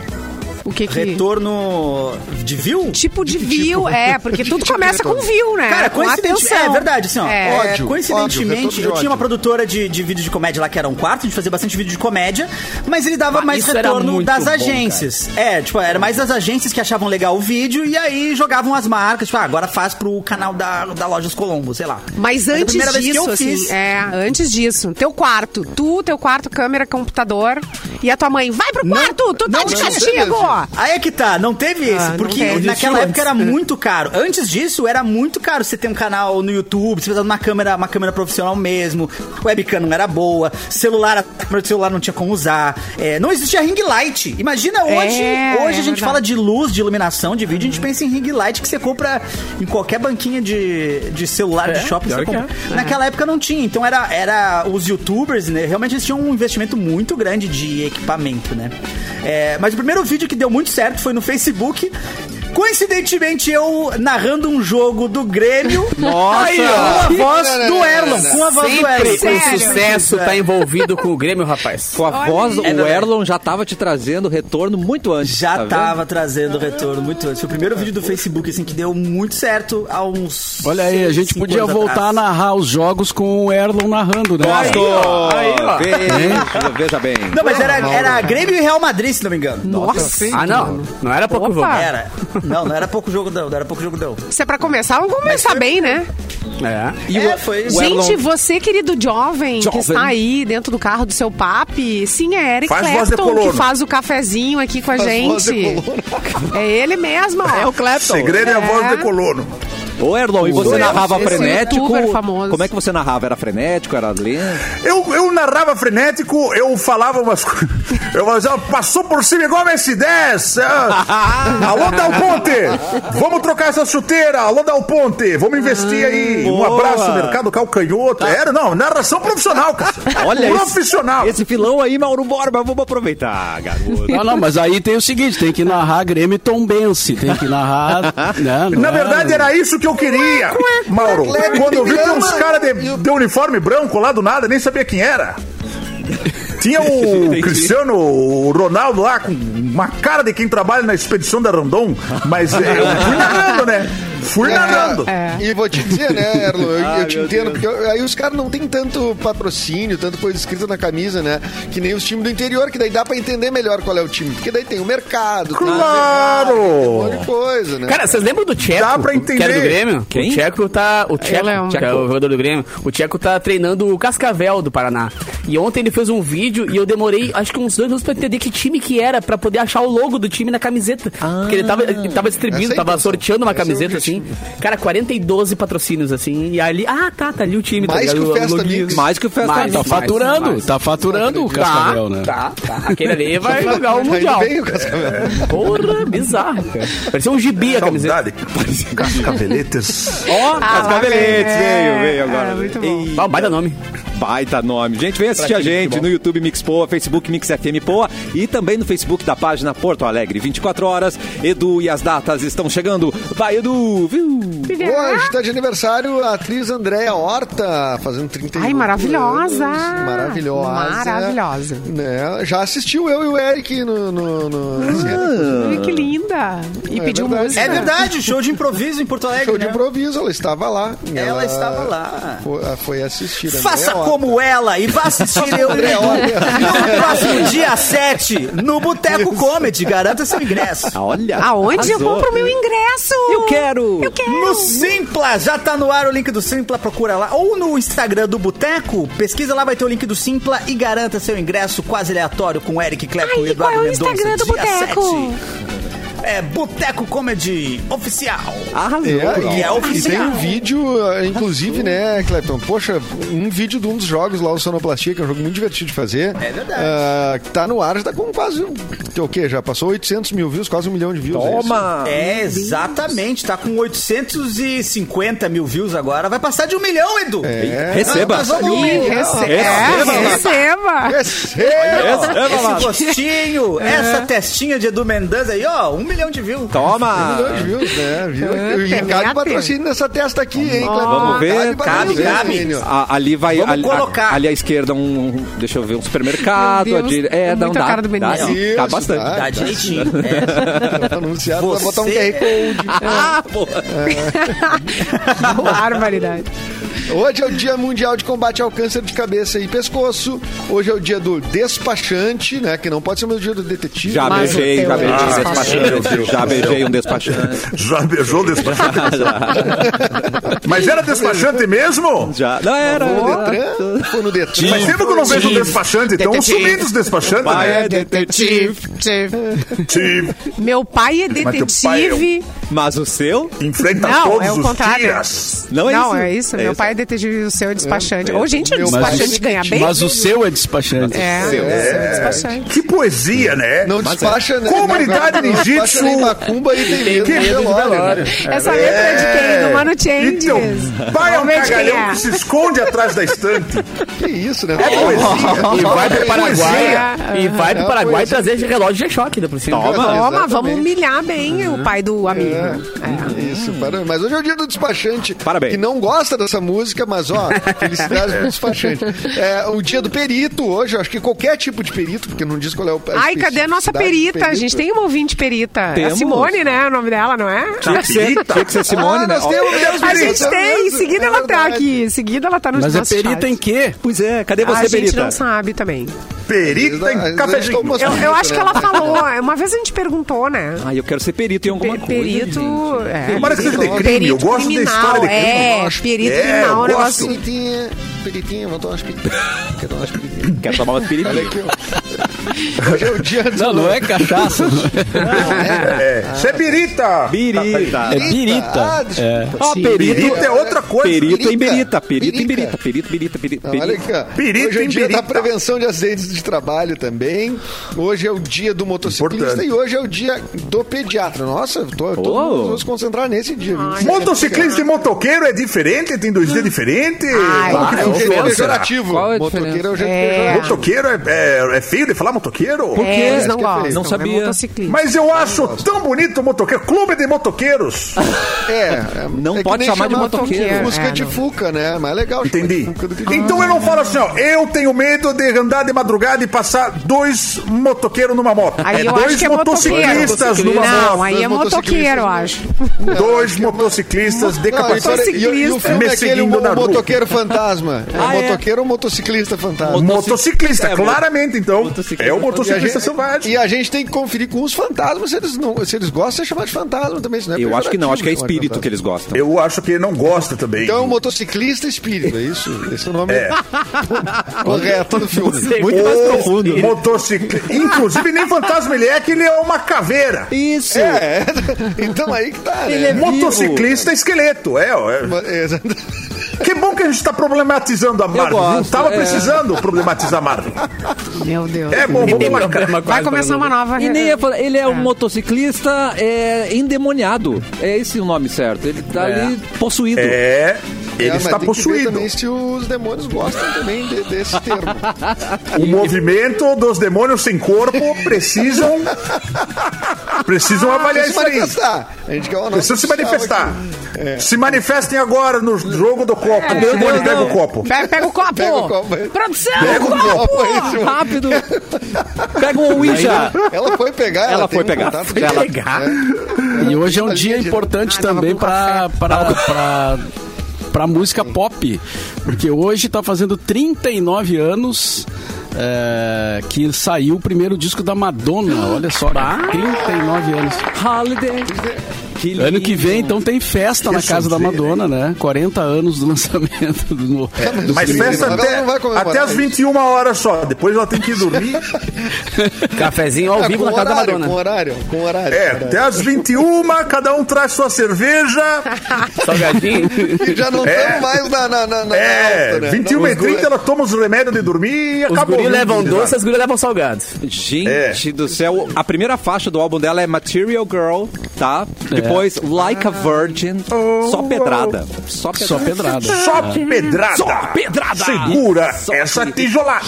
D: O que que...
B: Retorno de view?
D: Tipo de view, é, porque tudo começa com view, né?
B: Tipo Cara,
D: com
B: coincidente-
D: atenção.
B: É verdade, assim, ó.
D: É.
B: É,
E: Ódio, ódio,
B: coincidentemente,
E: retorno de
B: eu tinha
E: ódio.
B: uma produtora de, de vídeo de comédia lá que era um quarto, a gente fazia bastante vídeo de comédia, mas ele dava
C: Ah,
B: mais
C: isso era
B: retorno
C: muito
B: das
C: bom,
B: agências. é, tipo, era mais das agências que achavam legal o vídeo e aí jogavam as marcas, tipo, ah, agora faz pro canal da, da Lojas Colombo, sei lá.
D: Mas
B: é a
D: antes
B: primeira vez que
D: disso,
B: eu
D: assim,
B: fiz-
D: é, antes disso, teu quarto, tu, teu quarto, câmera, computador, e a tua mãe, vai pro quarto, tu tá
E: não,
D: de
E: não,
D: castigo!
E: beleza.
B: Aí é que tá, não teve esse,
D: Ah, não
B: porque
D: teve.
B: naquela
D: Existiu
B: época era
D: antes, né?
B: muito caro. Antes disso, era muito caro você ter um canal no YouTube, você precisava de uma câmera, uma câmera profissional mesmo, webcam não era boa, celular, a câmera do celular não tinha como usar, é, não existia ring light. Imagina hoje,
D: é
B: hoje a gente
D: verdade.
B: fala de luz, de iluminação, de vídeo, a gente pensa em ring light que você compra em qualquer banquinha de, de celular, de shopping. Você compra. Naquela época não tinha, então era, era os youtubers, né, realmente eles tinham um investimento muito grande de equipamento, né. É, mas o primeiro vídeo que deu muito certo foi no Facebook. Coincidentemente, eu narrando um jogo do Grêmio.
A: Nossa!
B: Aí, ó, com a voz
E: Não, não, não,
B: do
E: não,
B: Erlon.
E: não, não.
B: Com a voz do
C: Sempre
B: Erlon.
D: Sério?
C: o sucesso
B: É.
C: tá envolvido com o Grêmio, rapaz.
A: Com a
D: Olha
A: voz,
D: aí.
A: o Erlon já tava te trazendo retorno muito antes.
B: Já
A: tá vendo?
B: tava trazendo retorno muito antes. Foi o primeiro vídeo do Facebook, assim, que deu muito certo há uns.
G: Olha aí, a
B: seis,
G: gente
B: cinco
G: podia
B: anos
G: voltar a
B: atrás.
G: narrar os jogos com o Erlon narrando, né?
A: Gosto!
C: Aí, ó.
A: Veja, veja bem.
B: Não, mas era, era Grêmio e Real Madrid, se não me engano.
D: Nossa.
C: Ah, não. Não era pouco jogo.
D: Opa.
B: Era. Não, não era pouco jogo, não. Não era pouco jogo, não.
D: Isso é pra começar, vamos começar bem, né?
A: E
B: É,
A: o-
B: foi-
A: o Erlon-
D: Gente, você, querido jovem,
A: Jovem.
D: que está aí dentro do carro do seu papi, sim, é Eric
F: Faz voz de
D: Clapton
F: colono.
D: que faz o cafezinho aqui com a
E: voz de
D: gente. É ele mesmo. É o Clapton.
F: Segredo é a voz do colono.
A: Ô, Erlon, e você
D: Erlon,
A: narrava
D: esse
A: frenético?
D: youtuber famoso.
A: Como é que você narrava? Era frenético? Era lento?
F: Eu, eu narrava frenético, eu falava umas coisas. Eu falava, passou por cima igual a S10. ah, Alô, Dal Ponte! Vamos trocar essa chuteira, alô, Dal Ponte! Vamos investir aí. Um
A: boa. Tá.
F: abraço, mercado calcanhoto. Era, não, narração profissional, cara.
A: Olha esse-
F: Profissional.
A: Esse filão aí, Mauro Borba, vamos aproveitar, garoto.
G: Ah, não, mas aí tem o seguinte, tem que narrar Grêmio e Tombense, tem que narrar... né, não
F: Na
G: é-
F: verdade, era isso que eu queria, Mauro. Quando eu vi que uns caras de, de uniforme branco lá do nada, nem sabia quem era. Tinha o Cristiano Ronaldo lá com uma cara de quem trabalha na expedição da Randon, mas é, eu fui narrando, né? Fui narrando.
E: É. E vou te dizer, né, Erlon, eu, eu te entendo, porque eu- aí os caras não tem tanto patrocínio, tanto coisa escrita na camisa, né? Que nem os times do interior, que daí dá pra entender melhor qual é o time. Porque daí tem o mercado, tem a
F: Claro!
E: verdade, tem um
D: É.
E: monte de coisa, né?
C: Cara, vocês lembram do Tcheco?
F: Dá pra entender.
C: Que era do Grêmio?
A: Quem?
C: O Tcheco tá. O Tcheco,
D: Ele é um-
C: que é o jogador do Grêmio. O Tcheco tá treinando o Cascavel do Paraná. E ontem ele fez um vídeo e eu demorei acho que uns dois minutos pra entender que time que era, pra poder achar o logo do time na camiseta. Porque ele tava, ele tava
E: Essa
C: distribuindo,
E: é a
C: tava
E: intenção.
C: sorteando uma
E: Esse é o
C: camiseta assim. Cara, 40 e 12 patrocínios assim. E ali. Ah, tá, tá ali o time.
E: Mais
C: tá
E: que o Festa
C: loginho.
E: Mix.
A: Mais que o Festa
C: Mais,
A: Mix.
G: Tá
C: mais,
G: faturando,
C: mais.
G: tá faturando o
C: Tá,
G: Cascavel, né?
C: tá, tá. Aquele ali vai jogar o
E: Tá indo
C: Mundial.
E: bem o Cascavel.
C: Porra, bizarro, cara. Parecia um gibi a camiseta.
F: Saudade. Cascaveletes.
A: Ó, as
D: Ah, lá
A: cabeletes,
D: vem.
A: veio, veio
D: É,
A: agora.
D: muito bom.
A: Ei,
C: Ah, baita nome.
A: Baita nome. Gente, vem assistir
C: Pra
A: a
C: quem,
A: gente
C: futebol.
A: no YouTube Mix Poa, Facebook Mix FM Poa e também no Facebook da página Porto Alegre 24 horas. Edu e as datas estão chegando. Vai, Edu, viu?
D: É.
E: Hoje tá de aniversário a atriz Andréa Horta, fazendo 31
D: Ai, maravilhosa!
E: anos. Maravilhosa.
D: Maravilhosa.
E: Né? Já assistiu eu e o Eric no... no, no-
D: Ai, que linda. E
E: É
D: Ah, pediu
E: verdade.
D: música.
B: É verdade, show de improviso em Porto Alegre.
E: Show de
B: né?
E: improviso, ela estava lá.
B: Ela estava lá.
E: Foi, foi assistir. Andréa
B: Faça
E: Horta.
B: como ela e vá assistir eu e Edu no próximo dia 7 no Boteco Comedy. Garanta seu ingresso.
D: Ah,
A: Olha.
D: Aonde eu
A: arrasou.
D: compro o meu ingresso?
A: Eu quero.
D: Eu quero. É,
B: No Simpla, já tá no ar o link do Simpla, procura lá. Ou no Instagram do Boteco, pesquisa lá, vai ter o link do Simpla e garanta seu ingresso quase aleatório com Eric
D: Ai,
B: Clapton e
D: e qual é
B: Eduardo
D: o
B: Mendonça.
D: Instagram do
B: dia
D: Boteco?
B: 7. É Boteco Comedy Oficial.
A: Arrasou.
E: É, e,
B: É oficial.
E: e tem um vídeo, ah, inclusive, né, Clepton? Poxa, um vídeo de um dos jogos lá, o Sonoplastia, que é um jogo muito divertido de fazer.
B: É verdade.
E: Ah, que tá no ar, já tá com quase. O quê? Já passou 800 mil views, quase um milhão de views. é isso?
A: Toma.
B: É, exatamente. Tá com 850 mil views agora. Vai passar de um milhão, Edu.
E: É.
A: Receba.
B: Nós vamos-
D: Ih, rece- é,
A: Receba.
D: receba.
E: É Receba!
A: Receba lá. É.
B: Esse gostinho, essa testinha de Edu Mendanza aí, ó, um milhão de views.
E: Um
A: Toma.
E: milhão de views, né? Viu?
D: É,
E: e
D: tem
E: cabe
D: minha
E: patrocínio nessa testa aqui, hein, Clepton?
A: Vamos ver.
E: Cabe patrocínio,
B: cabe.
E: Eugênio.
A: A- ali vai.
B: Vamos
A: ali,
B: colocar.
A: a- ali à esquerda, um. um- Deixa eu ver, um supermercado.
D: Meu
A: a dire-
D: Deus,
A: É,
D: é
A: dá um
D: muito a
A: dá,
D: cara do
A: dá,
D: Benítez.
A: sim, dá bastante.
E: dá.
B: Tá direitinho. É.
E: Anunciado, vai botar um QR
B: Você-
E: Code.
A: Ah, porra.
D: Barbaridade.
E: Hoje é o Dia Mundial de Combate ao Câncer de Cabeça e Pescoço. Hoje é o dia do despachante, né? Que não pode ser o meu dia do detetive.
A: Já
D: Mas
A: beijei,
D: o
A: já
D: teu
A: beijei um
D: é
F: despachante.
A: despachante. Já beijei um despachante.
F: Já beijou o despachante? Mas era despachante mesmo?
A: Já. Não era.
E: Foi no Detran, foi no Detran.
F: Mas sempre que eu não vejo um despachante, estão sumindo os despachantes,
A: Pai
F: né?
A: é detetive,
F: Te
D: Meu pai é
F: Mas teu pai é um-
D: detetive.
A: mas o seu
F: enfrenta
D: Não,
F: todos
D: é o
F: os
D: contrário.
F: dias.
A: não é isso.
D: Não, é isso. Meu pai é detetive, o seu é despachante. Ô, gente, o
E: Meu
D: despachante
E: pai-
D: ganha bem? né?
G: Mas o seu é despachante.
D: É, o seu é despachante.
F: Que poesia, né?
E: Não
A: é.
E: despacha, né?
F: Comunidade
E: não despacha
F: ninjitsu.
E: nem macumba e tem medo de velório. né?
D: Essa letra é de quem? Do Mano Changes.
F: Então, vai ao
D: Vamos ver de quem
F: cagalhão
D: é.
F: que se esconde atrás da estante.
E: Que isso, né?
C: E vai pro
E: Poesia.
F: É
C: Paraguai.
D: É.
C: E vai pro
E: Aham.
C: Paraguai
E: Pois é.
C: trazer esse relógio de choque da por cima.
A: Toma.
D: Toma,
E: Exatamente.
D: vamos humilhar bem o pai do amigo. É.
E: Isso, para- mas hoje é o dia do despachante.
A: Parabéns.
E: Que não gosta dessa música, mas ó, felicidades pro despachante. É o dia do perito hoje, eu acho que qualquer tipo de perito, porque não diz qual é o
D: Ai, cadê a nossa perita? A gente tem uma ouvinte perita. É a
A: Temos. Tá.
D: Simone, né? O nome dela, não é?
A: Tinha que ser, tinha que ser Simone,
E: ah,
A: né?
E: nós temos mesmo,
D: A
E: perito,
D: gente
E: é
D: tem, em
E: mesmo,
D: seguida
E: é
D: ela tá
E: verdade.
D: aqui, em seguida ela tá nos
G: Mas é
D: nossos
G: perita
D: chats.
G: em quê?
A: Pois é, cadê
D: Ah, A
A: você,
D: gente
A: Perita?
D: não sabe também.
F: Perita
E: Às
F: em
E: vezes
F: cafezinho.
E: toma umas
D: Eu, eu
E: piritas,
D: acho que
E: né?
D: ela falou, uma vez a gente perguntou, né?
A: Ah, eu quero ser perito em alguma
D: Pe-
A: coisa.
D: perito.
A: gente.
D: é.
F: Tomara que seja de crime. Eu
D: Perito
F: gosto da história de crime.
D: É, perito
F: É,
D: criminal,
F: eu
D: um
F: gosto.
D: negócio.
E: Peritinha, peritinha, vou tomar umas piritinhas. Quer tomar umas piritinhas?
A: Quero tomar umas
E: Olha
A: peritinhas.
E: aqui, ó. Hoje é o dia do...
G: Não, não é cachaça.
F: É, Isso é birita.
A: Birita.
E: Tá,
G: É birita.
E: Ah, desculpa.
G: É.
A: Ó, perito.
F: Birita é outra coisa.
A: Perito em
E: Birita.
A: berita, perito em berita,
E: Birita.
A: perito, perito, perito,
E: Não, Tá, olha
A: perito.
E: aqui, ó.
F: Perito
E: Hoje é
F: em
E: o dia
F: perita.
E: da prevenção de acidentes de trabalho também. Hoje é o dia do motociclista
F: Importante.
E: e hoje é o dia do pediatra. Nossa, tô, todo
A: Oh.
E: mundo vai se concentrar nesse dia. viu?
F: Motociclista e motoqueiro é diferente? Tem dois dias diferentes?
D: Ai,
F: Como que
E: É o jeito
F: funciona, será?
E: pejorativo.
H: Qual é a
E: Motoqueiro é o jeito
D: É.
E: pejorativo.
F: Motoqueiro é, é- é feio de falar motoqueiro?
D: É, eles não
E: que é
D: gostam.
E: perito.
A: Não sabia.
D: É motociclista.
F: Mas eu acho tão bonito o motoqueiro. Clube de motoqueiros.
E: É, é,
A: Não
E: é que
A: pode
E: nem
A: chamar de motoqueiro.
E: Música
D: É,
E: de
D: não.
E: fuca, né? Mas é legal. chamar de
F: Entendi.
E: fuca do que de-
F: Então eu não falo assim, ó. Eu tenho medo de andar de madrugada e passar dois motoqueiros numa moto.
D: Aí
F: é
D: eu
F: dois
D: acho que é
F: motociclistas
D: motociclista.
F: numa
D: Não,
F: moto.
D: aí é
E: dois
D: motocleiro, eu acho.
E: motociclistas.
F: Dois motociclistas de
E: Não, e,
F: capacete.
E: para- e, e o filme
F: Me
E: é aquele
F: seguindo na
E: mo-
F: rua.
E: motoqueiro fantasma. É
A: Ah, é.
E: motoqueiro ou motociclista fantasma?
F: Motociclista,
A: É,
F: claramente, então.
A: motociclista.
F: É o
E: E a
F: motociclista
E: gente-
F: selvagem.
E: E a gente tem que conferir com os fantasmas se eles, não, se eles gostam de chamar de fantasma também. Isso não é
A: Eu acho que não, acho que é
E: pejorativo
A: espírito
E: chamar
A: que
E: de fantasma.
A: eles gostam.
F: Eu acho que não gosta também.
E: Então é um motociclista espírito, é isso? Esse é o nome correto do filme.
A: Muito mais profundo.
F: Motociclista. Inclusive, nem fantasma ele é, que ele é uma caveira.
A: Isso.
E: É, é. então aí que tá, né?
F: é- Motociclista esqueleto, é, ó, é.
E: Mas- é, exato.
F: Que bom que a gente tá problematizando a Marvel. Não
A: gosto,
F: tava
A: é.
F: precisando problematizar a Marvel.
D: Meu Deus.
F: É bom, vamos marcar.
D: Vai começar uma nova.
A: E nem é, fa- ele é um motociclista é, endemoniado. É esse o nome certo. Ele tá
C: É.
A: ali possuído.
F: É, ele
E: É, mas
F: está
E: tem que ver
F: possuído.
E: também se os demônios gostam também de- desse termo.
F: O movimento dos demônios sem corpo precisam. precisam avaliar
E: Precisa Ah, se
F: isso aí.
E: manifestar. A gente quer uma nota
F: Precisam se
E: oficial
F: manifestar.
E: aqui.
F: Se manifestem agora no jogo do copo. Simone, pega o copo.
D: Pega, pega o copo.
E: Pega o copo aí.
D: Produção,
E: Pega o copo aí, Simone.
A: Rápido. Pega um Ouija.
E: Ela foi pegar, ela, É.
A: Ela
E: tem
A: foi
E: um
A: pegar.
E: contato
A: Foi
E: dela.
C: pegar?
G: E hoje é um
E: Olha,
G: dia
E: gente.
G: importante
D: Ah, tava
G: também
D: com
G: para para para para música pop, porque hoje tá fazendo 39 anos é, que saiu o primeiro disco da Madonna. Olha só, 39 anos.
A: Holiday. Que
G: Ano que
A: lindo.
G: vem, então, tem festa na casa da Madonna, né? 40 anos do lançamento do, no-
D: É,
G: do
F: Mas
G: primeiro.
F: festa
E: Ela não vai
F: até,
E: comemorar
F: até as
E: isso.
F: 21 horas só. Depois ela tem que dormir.
C: Cafezinho
E: Ah,
C: ao
E: com
C: vivo na casa da
E: horário,
C: Madonna.
E: com horário, com horário.
F: É,
E: com
F: até as 21, cada um traz sua cerveja.
C: Salgadinho.
E: horário. Já não
F: É.
E: estamos mais na, na, na, na
F: É,
E: alta, né?
F: 21 e 30 ela toma os remédios de dormir e um
C: Os
F: acabou.
C: guris
F: né?
C: levam
F: Exato.
C: doce, as guris levam salgado.
A: Gente
E: É.
A: do céu, a primeira faixa do álbum dela é Material Girl, tá?
E: É.
A: Depois Like a Virgin,
E: Oh,
A: só pedrada. Só pedrada.
G: Só pedrada.
F: Só pedrada.
A: Só pedrada.
F: Segura
A: Só
F: essa
A: pedrada.
F: tijolada.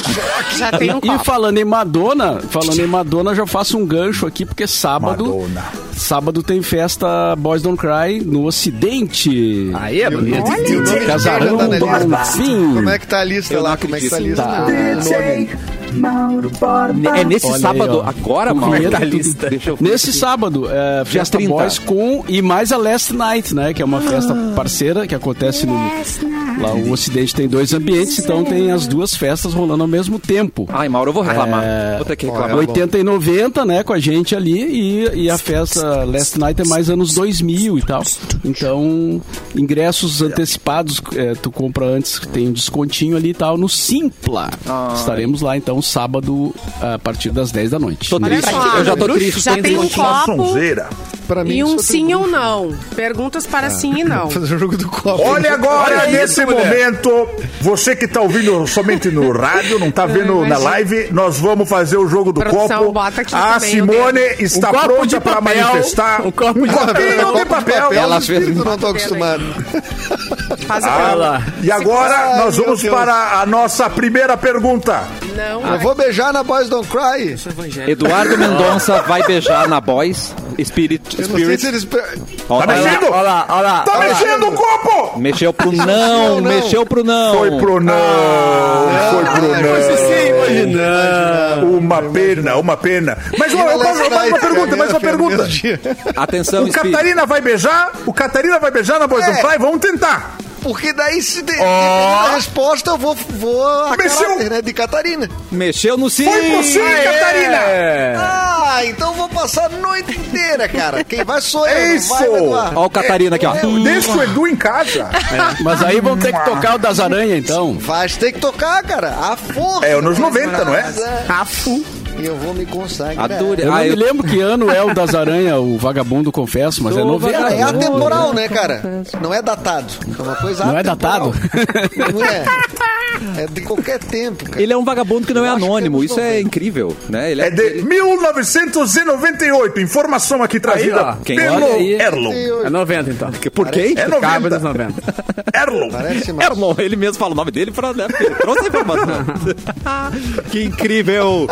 D: já tem um
G: E
D: copo.
G: falando em Madonna, falando em Madonna, já faço um gancho aqui, porque sábado.
F: Madonna.
G: Sábado tem festa Boys Don't Cry no Ocidente.
C: Aí é bonito.
E: E o nome de
G: Casarão
E: quem já tá na lista?
G: Bonfim.
E: Como é que tá a lista
A: Eu não
E: lá? Como é que tá a
A: acredito.
E: lista?
G: Tá.
A: É nesse
G: Olha aí,
A: sábado,
G: ó.
A: agora,
G: Com
A: Mauro. tá
G: vinheta, tudo.
A: Deixa eu
G: Nesse sábado, é, Festa
A: 30.
G: Boys com e mais a Last Night, né? Que é uma festa
D: Ah.
G: parceira que acontece no. Lá o Ocidente tem dois ambientes, então tem as duas festas rolando ao mesmo tempo.
A: Ai, Mauro, eu vou reclamar.
G: É,
A: Vou ter que
E: Tá
A: reclamar.
E: bom.
G: 80 e 90, né, com a gente ali, e, e a festa Last Night é mais anos 2000 e tal. Então, ingressos antecipados, é, tu compra antes, tem um descontinho ali e tal, no Simpla.
A: Ah.
G: Estaremos lá, então, sábado, a partir das 10 da noite. Né?
A: Tô
D: Olha
A: triste.
D: só.
C: é
A: Eu já tô triste.
D: Já tem um
F: Uma
D: copo.
F: sonzeira.
E: Pra mim,
D: E um
E: só tem
D: sim
E: grupo.
D: ou não. Perguntas para sim e não.
E: Fazer o jogo do copo.
F: Olha agora,
E: Olha isso,
F: nesse
E: mulher.
F: momento, você que tá ouvindo somente no rádio, não tá vendo na
D: imagina.
F: live, nós vamos fazer o jogo do
D: Produção,
F: copo.
D: bota aqui
F: A
D: também o
F: Simone
D: dedo.
F: está
C: Um copo
F: pronta
C: de
F: para
C: papel,
F: manifestar
C: um copo de
F: copinho
E: Copo
F: de papel.
E: Ela
A: Ela
E: fez.
A: fez
E: Espírito, não tô acostumado.
D: Faz a
F: Ah,
D: pergunta.
F: E agora
E: Ai,
F: nós
E: meu
F: vamos
E: Deus.
F: para a nossa primeira pergunta.
D: Não.
E: Eu vou beijar na Boys Don't Cry.
A: Eduardo Mendonça vai beijar na Boys. Spirit.
E: Eu não sei se
A: Spirit.
E: eles...
A: Ó,
F: Tá
A: tá lá.
F: mexendo?
C: Olha lá, olha lá.
F: Tá mexendo o copo!
A: Mexeu pro
E: Não,
A: não,
E: não.
A: mexeu pro não.
F: Foi pro não, foi pro
E: Ah,
F: não.
E: foi sim, foi de
F: Uma pena, uma pena. Mas
E: Ela
F: ó, eu
E: lá
F: faço eu faço
E: vai,
F: uma pergunta, mais uma
E: pelo menos
F: pergunta.
E: dia.
A: Atenção,
F: O
A: Spirit.
F: Catarina vai beijar? O Catarina vai beijar na Boys
E: É.
F: Don't Cry? Vamos tentar.
E: Porque daí, se de, dependendo da resposta, eu vou, vou a
F: Mexeu.
E: caráter, né, de Catarina.
A: Mexeu no sim. É.
F: Foi pro sim, Catarina.
E: Ah, então eu vou passar a noite inteira, cara. Quem vai sou eu.
F: É
E: não
F: isso.
E: Vai, o Eduardo.
A: Ó o Catarina aqui, ó.
E: É um
F: Deixa o Edu em casa.
G: Mas aí vão ter que tocar o das aranhas, então.
E: Vai ter que tocar, cara. A força.
F: É, anos
E: Mas,
F: 90, não é?
E: mas,
C: Afu.
E: E eu vou me consagrar.
A: Adorei.
G: Eu não
A: Ah,
G: me
A: eu-
G: lembro que ano é o das aranhas, o vagabundo, confesso, mas é
A: Sou
G: novela.
E: É
A: vagabundo.
G: né?
E: atemporal, né, cara? Não é datado. É uma coisa
G: Não é
E: atemporal.
G: datado?
E: Não é. É de qualquer tempo, cara.
A: Ele é um vagabundo que não é
E: Eu acho que
A: anônimo.
E: eu
A: Isso
E: sou
A: é
E: bem.
A: incrível, né? Ele é,
F: É de 1998. Informação aqui trazida
C: ó.
A: Quem
F: pelo
A: olha aí-
F: Erlon.
C: É 90 então.
A: Por quem?
F: É
C: Cabo
F: 90.
C: dos 90.
F: Erlon.
E: Parece uma...
A: Erlon, É, ele mesmo fala o nome dele pra, né, porque ele trouxe a informação. que incrível!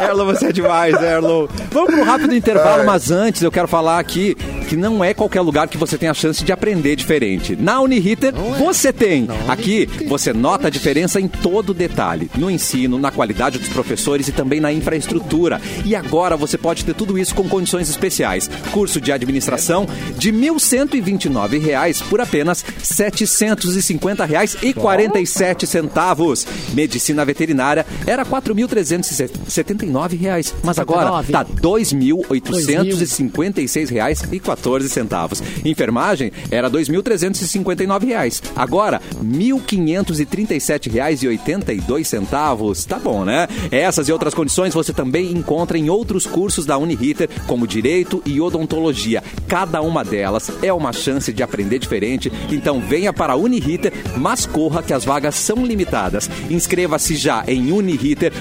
A: Erlon, você é demais, Erlon. Vamos para um rápido intervalo, mas antes eu quero falar aqui que não é qualquer lugar que você tem a chance de aprender diferente. Na Uniriter, você tem. Aqui, você nota a diferença em todo detalhe. No ensino, na qualidade dos professores e também na infraestrutura. E agora você pode ter tudo isso com condições especiais. Curso de administração de R$ 1.129 reais por apenas R$ 750 reais e 47 centavos. Medicina veterinária era R$ 4.379 reais, mas agora
D: 49.
A: está R$ 2.856 reais e 14 centavos. Enfermagem era R$ 2.359 reais, agora R$ 1.537 reais e 82 centavos. Tá bom, né? Essas e outras condições você também encontra em outros cursos da Uniriter, como Direito e Odontologia. Cada uma delas é uma chance de aprender diferente. Então venha para a Uniriter, mas corra que as vagas são limitadas. Inscreva-se já em uniriter.edu.br,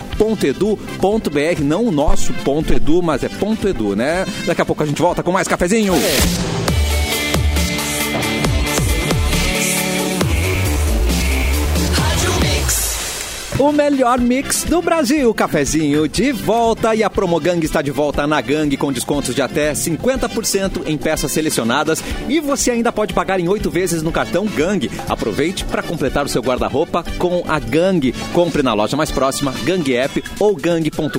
A: não o nosso ponto .edu, mas é ponto .edu, né? Daqui a pouco a gente volta com mais cafezinho. O melhor mix do Brasil, cafezinho de volta e a Promogang está de volta na Gang com descontos de até 50% em peças selecionadas e você ainda pode pagar em oito vezes no cartão Gang. Aproveite para completar o seu guarda-roupa com a Gang. Compre na loja mais próxima, Gang App ou gang.com.br.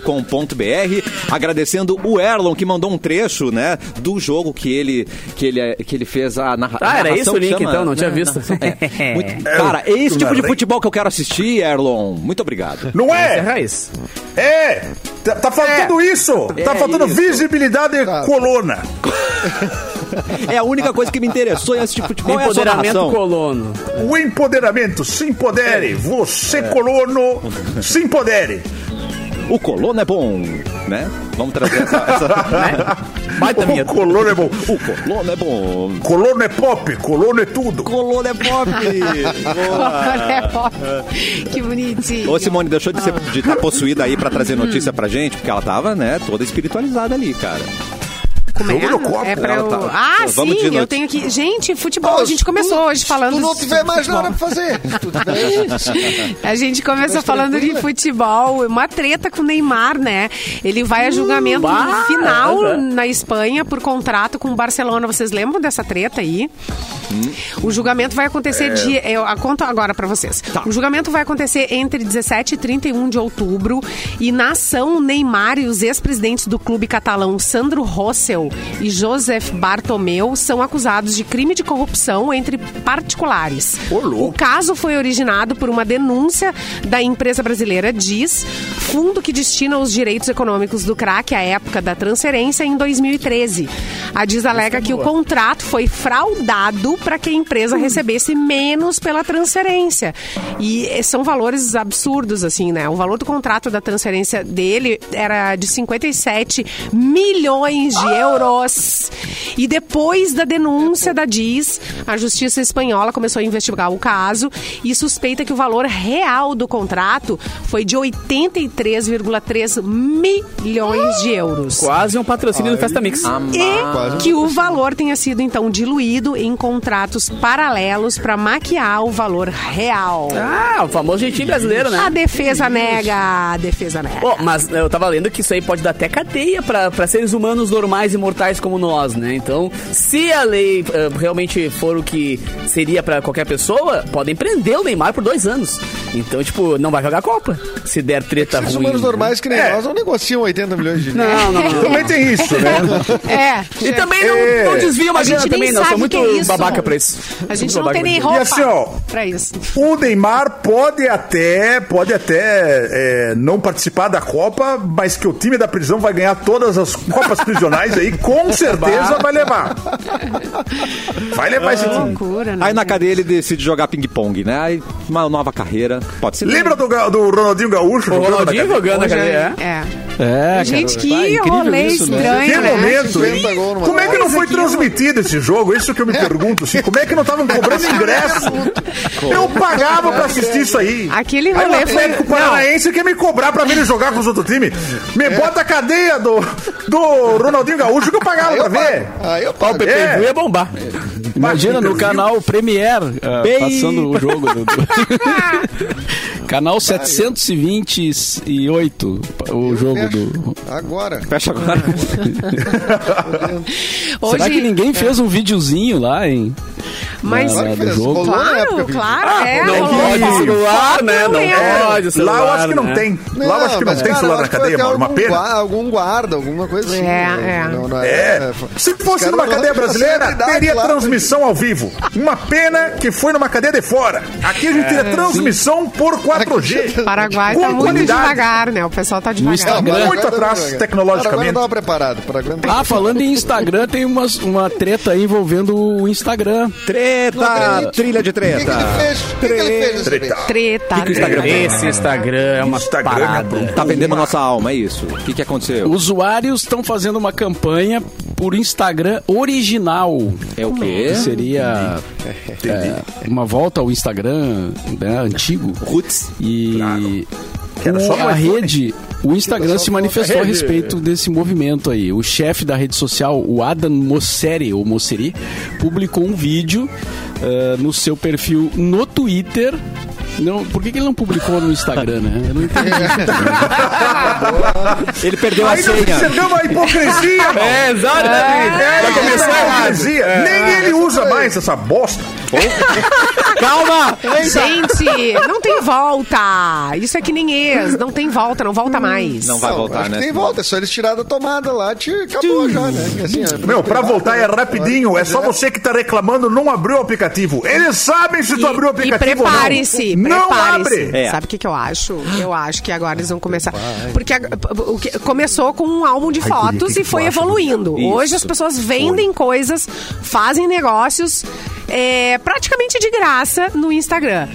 A: Agradecendo o Erlon que mandou um trecho, né, do jogo que ele que ele que ele fez a narra
C: Ah, era
A: narração
C: esse o
A: que
C: link
A: chama-
C: então, não tinha visto.
A: É. Muito- cara, é esse tipo de futebol que eu quero assistir, Erlon. Muito obrigado.
F: Não
C: É
F: é?
C: raiz.
F: É. Tá, tá faltando isso. tá faltando visibilidade e
E: Tá.
F: coluna.
A: É a única coisa que me interessou em assistir futebol é a sua
C: Empoderamento
A: narração.
C: colono.
F: O empoderamento. Se
C: É.
F: empodere. Você, colono, se empodere.
A: O colono é bom, né? Vamos trazer essa... né? essa...
C: Né? Baita
F: O
C: vinheta.
F: colono é bom.
A: o colono é bom.
F: Colono é pop. Colono é tudo.
A: Colono é pop.
D: Olha, ó. que bonitinho.
A: Ô, Simone, deixou de ser de tá possuída aí pra trazer notícia pra gente, porque ela tava, né, toda espiritualizada ali, cara.
D: Como é?
F: jogo no copo.
D: É pra
A: Ela
D: eu...
A: tá-
D: Ah,
A: Vamos de
D: sim, eu
A: noite.
D: tenho que... Gente, futebol, a gente começou hoje falando...
E: Se tu não
D: de
E: tiver mais nada pra fazer. Se tu tiver
D: A gente começou
E: Mas
D: falando de
E: tranquila.
D: futebol, uma treta com o Neymar, né? Ele vai a julgamento
C: bah,
D: final
C: é.
D: na Espanha por contrato com o Barcelona. Vocês lembram dessa treta aí? O julgamento vai acontecer dia. Eu a- conto agora pra vocês. O julgamento vai acontecer entre 17 e 31 de outubro. E na ação, o Neymar e os ex-presidentes do clube catalão Sandro Rossell e Josef Bartomeu são acusados de crime de corrupção entre particulares. O caso foi originado por uma denúncia da empresa brasileira Diz, fundo que destina os direitos econômicos do craque à época da transferência em 2013. A Diz alega que o contrato foi fraudado para que a empresa recebesse menos pela transferência. E eh, são valores absurdos, assim, né? O valor do contrato da transferência dele era de 57 milhões de euros. E depois da denúncia da Diz, a justiça espanhola começou a investigar o caso e suspeita que o valor real do contrato foi de 83,3 milhões de euros.
C: Quase um patrocínio do Festa Mix.
D: E que o valor tenha sido então diluído em contratos paralelos para maquiar o valor real.
C: Ah, o famoso jeitinho brasileiro, né?
D: A defesa nega, a defesa nega.
C: Bom, mas eu tava lendo que isso aí pode dar até cadeia pra, pra seres humanos normais e mortais como nós, né? Então, se a lei eh, realmente for o que seria pra qualquer pessoa, podem prender o Neymar por dois anos. Então, tipo, não vai jogar a Copa. Se der treta
E: Os
C: ruim.
E: humanos
C: né?
E: normais que nem
F: É.
E: nós não negociam 80 milhões de
C: Não, não, não.
F: Também tem isso, né?
D: É.
C: E também não,
F: É.
C: não desvia uma
D: A gente
C: grana também,
D: nem
C: não. Sou
D: sabe o que
C: muito
D: é isso.
C: babaca pra isso.
D: A gente
C: Sou
D: não tem
C: babaca
D: nem
C: pra
F: E
D: roupa
F: assim, ó,
D: pra isso.
F: O Neymar pode até, pode até é, não participar da Copa, mas que o time da prisão vai ganhar todas as Copas prisionais aí, com certeza vai levar. Vai levar
C: Ah.
F: esse time.
D: Loucura, né?
A: Aí na cadeia ele decide jogar ping-pong, né? Aí uma nova carreira, pode ser.
F: Lembra do, Ga- do Ronaldinho Gaúcho?
C: O
F: jogando na
C: Ronaldinho
F: cadeia?
C: jogando a cadeia.
D: É.
G: É,
D: Gente,
G: cara, vai,
D: que
G: incrível
D: rolê
G: isso, né?
D: estranho,
F: Que
D: né?
F: momento, hein?
E: 50 gol numa
F: Como é que não
D: coisa
F: foi
D: aquilo.
F: transmitido esse jogo? Isso que eu me pergunto, assim. Como é que não estavam cobrando ingresso? Eu pagava pra assistir isso aí.
D: Aquele
F: Aí o
D: rolê foi.
F: Atlético Paranaense quer me cobrar pra ver ele jogar com os outros times.
E: É.
F: Me bota a cadeia do, do Ronaldinho Gaúcho que eu pagava pra ver.
E: Aí eu pago.
F: É.
C: Eu ia bombar.
G: Imagina no
F: Pay-per-view.
G: canal Premiere, ah,
A: Pay-
G: passando o jogo. do- do- canal 728, o jogo do...
E: Agora.
A: Fecha agora.
D: Hoje,
G: Será que ninguém
A: É.
G: fez um videozinho lá, hein?
D: Mas,
G: Lá, lá do
E: fez,
G: jogo?
E: rolou. na
D: claro,
E: época, Vivi.
D: claro, é.
C: Não
D: rolou.
C: pode celular, né? Não
D: É,
C: pode celular.
F: Lá eu acho que não
C: né?
F: tem. Lá eu acho que não
E: mas,
F: tem
E: cara,
F: celular
E: eu
F: na
E: acho que
F: cadeia,
E: foi
F: mano. Uma
E: algum gua-
F: pena.
E: algum guarda, alguma coisa assim.
D: É, é.
E: não
F: É.
E: foi-
F: Se
E: Os
F: fosse
E: caras
F: numa
E: não
F: cadeia
E: acham
F: brasileira,
C: é
E: facilidade
F: teria
E: lá pra-
F: transmissão ao vivo. Uma pena que foi numa cadeia de fora. Aqui a
C: É,
F: gente teria transmissão por 4G.
D: Paraguai
F: Com
D: tá muito
F: qualidade.
D: devagar, né? O pessoal tá devagar.
G: Instagram.
E: Paraguai
F: Muito
E: tá
F: atrás
E: devagar.
F: tecnologicamente.
E: Paraguai não tava preparado. Paraguai não tava
G: Ah, falando em Instagram, tem uma, uma treta aí envolvendo o Instagram.
A: Treta!
E: acredito.
A: Trilha de
E: O
F: tá.
E: que, que ele
A: treta.
E: fez? O que, que ele fez dessa vez?
F: Treta.
D: Treta.
C: Esse Instagram é uma
F: Instagram é
C: parada.
A: Tá vendendo a nossa alma, é isso. O que, que aconteceu?
G: Usuários estão fazendo uma campanha por Instagram original.
A: É o quê?
G: Que seria é, uma volta ao Instagram né, antigo.
A: Roots.
G: E
F: Era
G: o-
F: só no
G: a
F: iPhone.
G: rede, o Instagram se manifestou a respeito desse movimento aí. O chefe da rede social, o Adam Mosseri, ou Mosseri, publicou um vídeo eh, no seu perfil no Twitter. Não, por que, que ele não publicou no Instagram, né? Eu não entendi.
A: Ele perdeu a
F: Aí nós
A: senha.
F: percebemos a hipocrisia, mano.
C: É, exatamente.
F: Já começou a hipocrisia.
D: É.
F: Nem ele usa mais essa bosta.
E: tá
A: Calma!
D: Gente, não tem volta. Isso é que nem ex. Não tem volta, não volta mais.
A: Hum, Não vai
E: Não,
A: voltar,
E: acho que
A: né?
E: Tem volta, é só eles tirar da tomada lá, te acabou já, né? Que assim, é-
F: Meu, pra voltar é rapidinho. É só você que tá reclamando não abriu o aplicativo. Eles sabem se tu abriu
D: e
F: o aplicativo ou não.
D: prepare-se,
F: Não
D: prepare-se.
F: abre.
A: É.
D: Sabe o que, que eu acho? Eu acho que agora eles vão começar. Porque a- o que- começou com um álbum de fotos e foi evoluindo. Hoje as pessoas vendem coisas, fazem negócios é, praticamente de graça no Instagram.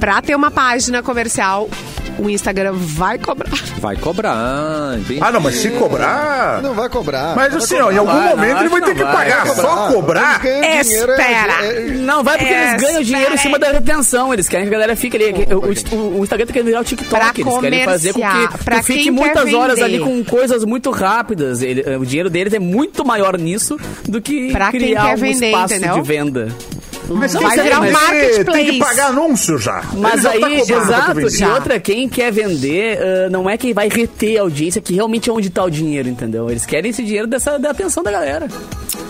D: Pra ter uma página comercial, o Instagram vai cobrar.
A: Vai cobrar, entendi.
F: Ah, não, mas se cobrar...
E: Não vai cobrar.
F: Mas ah,
E: Não vai
F: assim,
E: cobrar.
F: ó, em algum
C: Vai, não,
F: momento ele
C: acho
F: vai
C: que
F: ter
C: não
F: que
C: vai.
F: pagar. Só cobrar.
E: Ganha dinheiro,
D: Espera.
E: é- é-
C: Não vai porque eles
D: Essa
C: ganham dinheiro em cima da retenção. Eles querem que a galera fique ali. O, o- o Instagram tá querendo virar o
D: Pra
C: TikTok. Eles querem fazer com
D: comerciar,
C: que
D: pra
C: tu fique
D: quem
C: muitas
D: quer
C: horas ali
D: vender.
C: com coisas muito rápidas. Ele- o dinheiro deles é muito maior nisso do que
D: Pra quem
C: criar
D: quer
C: um
D: vender,
C: espaço
D: entendeu?
C: de venda.
F: Mas
D: Vai
F: você
D: virar
F: tem
D: um
F: que-
D: marketplace.
F: Tem que pagar anúncio já. Ele
C: Mas
F: já tá
C: aí,
F: cobrando pra tu
C: exato.
F: vender.
C: E outra, quem quer vender, ah, não é quem vai reter a audiência, que realmente é onde tá o dinheiro, entendeu? Eles querem esse dinheiro dessa, da atenção da galera.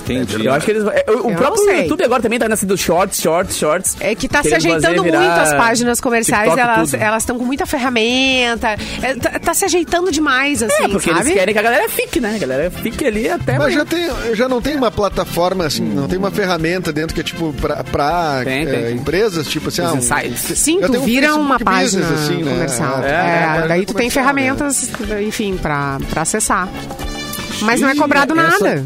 A: entendi.
C: Eu acho que eles. é, O, o
D: Eu
C: próprio
D: não sei.
C: YouTube agora também tá nessa do shorts, shorts, shorts.
D: É que tá se
C: Querendo fazer
D: ajeitando muito
C: virar
D: as páginas comerciais,
C: TikTok e
D: elas
C: tudo.
D: elas estão com muita ferramenta, é, tá, tá se ajeitando demais, assim,
C: É, porque
D: sabe?
C: eles querem que a galera fique, né? A galera fique ali até.
E: Mas
C: amanhã.
E: já, tem, já não tem uma plataforma, assim, não tem uma ferramenta dentro que é tipo pra, pra,
C: Tem,
E: eh,
C: tem, tem.
E: empresas, tipo assim, ah, um-
C: Insights.
D: Sim,
E: já
D: tu
E: tem um
D: vira
E: Facebook
D: uma página
E: Business, assim, né?
D: comercial.
E: Ah, tem
D: É,
E: uma página
D: daí tu tem
E: comercial, né?
D: ferramentas, enfim, pra, pra acessar. Mas não é cobrado
G: essa-
D: nada.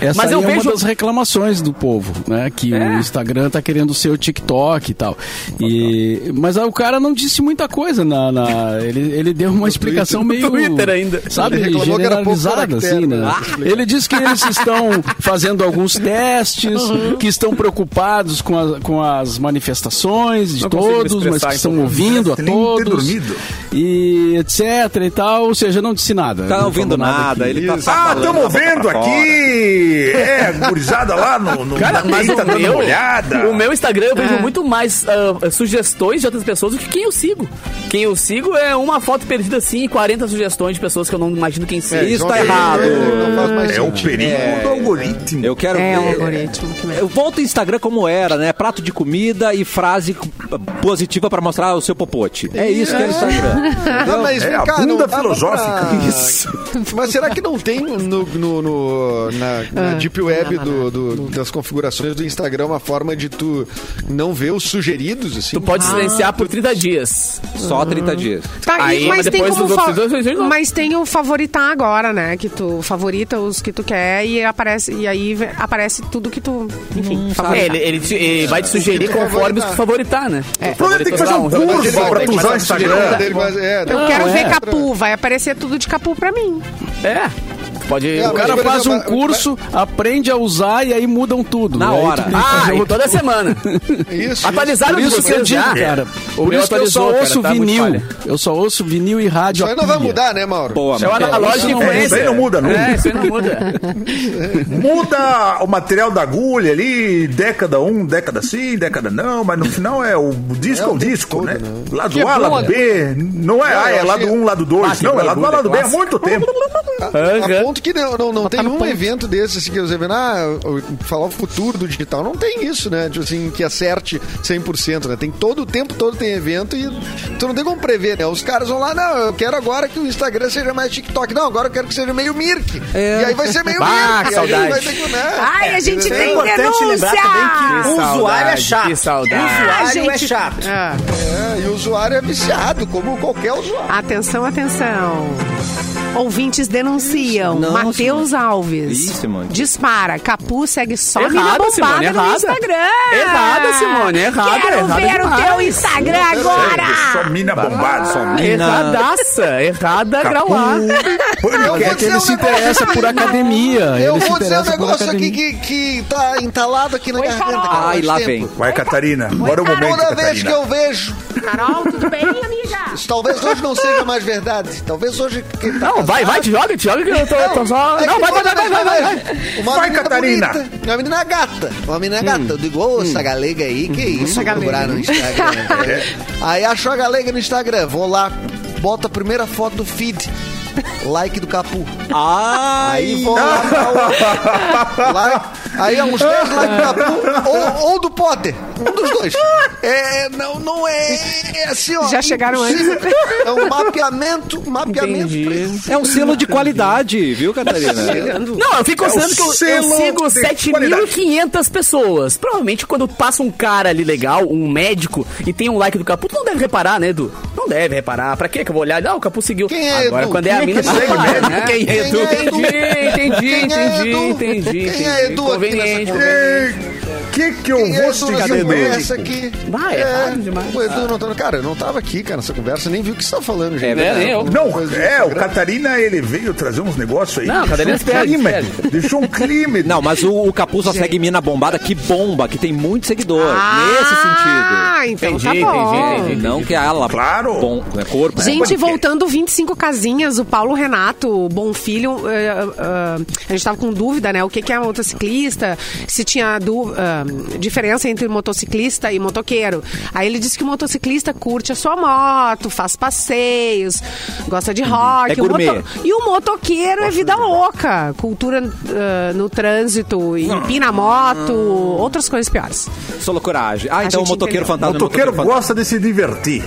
G: Essa
C: Mas
G: aí
C: eu
G: é
C: vejo- É.
G: uma das reclamações do povo, né? Que o Instagram tá querendo ser o TikTok e tal. E... Mas aí o cara não disse muita coisa na. na- Ele, ele deu uma explicação meio.
C: Twitter ainda.
G: Sabe,
E: Ele reclamou que era pouco
G: generalizada,
E: caractere,
G: assim, né?
E: né?
G: Ele diz que eles estão fazendo alguns testes,
C: Uhum.
G: que estão preocupados com, a- com as manifestações de
C: Não consigo me
G: todos, mas
C: expressar,
G: que estão
C: então.
G: ouvindo a
F: Nem ter
G: todos.
F: dormido.
G: E etc e tal. Ou seja, não disse nada. Não
A: Tá
G: falou
A: ouvindo nada,
G: aqui.
A: ele tá só
F: Ah,
A: falando
F: estamos
A: a boca
F: vendo
A: pra fora.
F: aqui! É, gurizada lá no. no
C: Cara,
F: na
C: mas
F: TI tá
C: o
F: dando
C: meu,
F: uma olhada.
C: o meu Instagram eu vejo
D: É.
C: muito mais ah, sugestões de outras pessoas do que quem eu sigo. Quem eu sigo é uma foto perdida assim e 40 sugestões de pessoas que eu não imagino quem seja.
A: Isso
E: Então,
A: tá
E: é,
A: errado.
E: Não faz mais
F: É o
E: sentido.
F: perigo do algoritmo.
A: Eu quero
D: É um
A: ver.
D: algoritmo que
A: Eu volto ao Instagram como era, né? Prato de comida e frase c- positiva pra mostrar o seu popote. É isso que é o Instagram.
E: Ah, mas,
F: É a
E: cara, não
F: bunda
E: dava
F: filosófica.
E: pra- Mas será que não tem no, no- no- na, na
D: Ah,
E: Deep Web
D: não,
E: do- do- das configurações do Instagram uma forma de tu não ver os sugeridos, assim?
C: Tu pode silenciar por 30 dias.
A: Só 30 dias.
D: Tá, e-
C: Aí,
D: mas,
C: mas
D: tem
C: depois
D: como
C: dos
D: fa-
C: outros dois, dois, dois, não.
D: mas tem o favoritar agora, né? Que tu favorita os que tu quer e aparece e aí ve- aparece tudo que tu, enfim,
C: É,
D: favorita.
C: ele, ele te- ele vai te sugerir
E: tu
C: conforme os que tu favoritar, né?
F: O problema é que tem que fazer um
C: Favoritar um
F: curso
E: Ele
F: pra tu
E: tem que
F: usar o
E: fazer um
F: Instagram.
E: dele, mas- é,
D: Eu
E: não,
D: quero
E: é.
D: ver capu, vai aparecer tudo de capu pra mim.
C: É. Pode.
E: É,
C: o
G: O
C: cara-
G: cara
E: Mas, por
G: faz um
E: exemplo,
G: curso, aprende a usar e aí mudam tudo.
A: Na
G: Aí tu
A: hora.
G: tem que
C: Ah,
G: fazer
C: e
G: outro-
C: toda semana.
E: Isso,
C: Atualizaram
G: Por
C: de
G: isso que eu
C: vocês
G: digo,
C: já.
G: cara.
C: O
G: Por
C: meu
G: isso que eu só
C: atualizou, cara,
G: ouço
C: tá muito
G: vinil.
C: falha.
G: Eu só ouço vinil e rádio.
E: Isso
G: a
E: aí não vai
G: pilha.
E: mudar, né, Mauro?
A: Boa,
C: É o
A: mano.
C: analógico
G: isso não-
C: influencer.
F: isso aí não muda, não.
C: É, isso aí não muda.
F: Muda o material da agulha ali, década 1, década sim, década não, mas no final é o disco é, o disco, né? Lado A, lado B, não é A, é lado 1, lado 2, não, é lado A, lado B, há muito tempo.
E: A ponto que não, não,
D: tá
E: não tem um evento desse, assim, que os eventos, ah, o- falar o futuro do digital, não tem isso, né? Tipo assim, que acerte 100%, né? Tem todo o tempo todo tem evento e tu não tem como prever, né? Os caras vão lá, não, eu quero agora que o Instagram seja mais TikTok. Não, agora eu quero que seja meio Mirk.
G: É.
E: E aí vai ser meio
C: Ah,
E: Mirk.
C: que
E: E aí
C: saudade.
E: vai ter que, né?
D: Ai, a gente
E: É
D: tem
I: importante lembrar
A: Ah.
I: também
D: denúncia!
I: que o usuário é chato.
C: Que saudade.
D: Ah,
I: usuário é
D: gente.
I: chato.
D: Ah,
E: É, e o usuário é viciado, como qualquer usuário.
D: atenção, atenção. Ouvintes denunciam.
I: Não,
D: Matheus Alves.
A: Isso, Simone.
D: Dispara. Capu segue só
C: Errada,
D: mina bombada
C: Simone,
D: no
C: errada.
D: Instagram.
C: Errada, Simone, errada,
D: Quero
C: errada
D: ver o teu
C: demais.
D: Instagram agora.
F: Só mina bombada, só mina.
C: Erradaça. Errada grau A.
E: Eu vou
G: É que
E: dizer
G: ele
E: um
G: se
E: negócio
G: interessa
E: aqui.
G: por academia.
E: Eu
G: ele se
E: vou dizer um
G: interessa por
E: negócio aqui que,
G: academia.
E: que tá entalado aqui na garganta.
D: Carol.
E: cara, há
A: Ai,
E: muito
A: lá
E: tempo.
A: vem.
F: Vai, Catarina, agora é o momento,
E: Toda vez que
F: Catarina.
E: eu vejo,
D: Carol, tudo bem, amiga?
E: talvez hoje não seja mais verdade. Talvez hoje. quem tá
C: Não, vai,
E: casado-
C: vai, te joga, te joga que eu tô, tô só.
E: É
C: Não,
E: que
C: vai, vai,
E: toda
C: vai,
E: vez
C: vai, vai, vai. Hum.
E: Uma
F: Vai,
E: menina
F: Catarina.
E: bonita, uma menina gata. Uma menina gata. Eu digo, ô, essa galega aí,
C: Uhum.
E: que isso?
D: galega.
E: Procurar no Instagram. né? aí achou a galega no Instagram. Vou lá, boto a primeira foto do feed. Like do Capu. Aí vou lá, dar o like. Aí é uns 10 likes do Capu ou, ou do Potter. Um dos dois. É, não, não é, é assim, ó.
D: Já chegaram
E: impossível. É um mapeamento, mapeamento
C: Entendi.
A: É um selo de qualidade, viu, Catarina?
C: Não, eu
E: é
C: fico considerando que eu, eu
F: selo
C: sigo
F: de
C: 7.500 pessoas. Provavelmente quando passa um cara ali legal, um médico, e tem um like do Capu, tu não deve reparar, né, Edu? Não deve reparar. Pra quê que eu vou olhar? Ah, o Capu seguiu.
E: Quem é
C: Agora,
E: Edu?
C: quando é a
E: Quem
C: mina,
E: que
C: tu
E: segue
C: repara,
E: mesmo?
C: né?
E: Quem
C: Entendi,
E: é Edu?
C: entendi,
E: Quem é
C: entendi,
E: Edu?
C: entendi,
E: Quem
C: entendi.
E: é Edu aqui
C: Conveniente,
E: nessa
C: conveniente.
F: O que que eu vou seguir o
E: conversa
F: médico?
E: aqui.
C: Vai, é raro demais.
E: O Edu não tá... Cara, eu não tava aqui, cara, nessa conversa. Nem vi o que você tá falando, gente.
C: né,
E: Cara,
C: nem eu.
E: alguma
F: Não,
E: coisa do
F: é, o
E: Instagram.
F: Catarina, ele veio trazer uns negócios aí.
C: Não,
F: deixou
C: Catarina
F: um
C: espera,
F: clima,
C: espera.
F: Deixou um clima.
A: Não, mas o, o Capu só segue mina bombada que bomba, que tem muito seguidor. nesse sentido.
D: Ah, então
C: Entendi,
D: tá bom.
C: entendi, entendi.
A: Não que ela.
F: Claro.
A: Bom, é
C: né?
A: corpo.
D: Gente,
F: Porque-
D: voltando 25 casinhas, o Paulo Renato, o bom filho, eh, ah, a gente tava com dúvida, né? O que, que é motociclista, se tinha du- ah, diferença entre motociclista e motoqueiro. Aí ele disse que o motociclista curte a sua moto, faz passeios, gosta de rock.
A: É gourmet.
D: O moto- E o motoqueiro é vida louca. Cultura ah, no trânsito, empina a moto, outras coisas piores.
A: Solo coragem. Ah, então o
D: gente
A: motoqueiro
D: entendeu.
A: fantasma.
F: O motoqueiro
A: fantasma.
F: gosta de se divertir.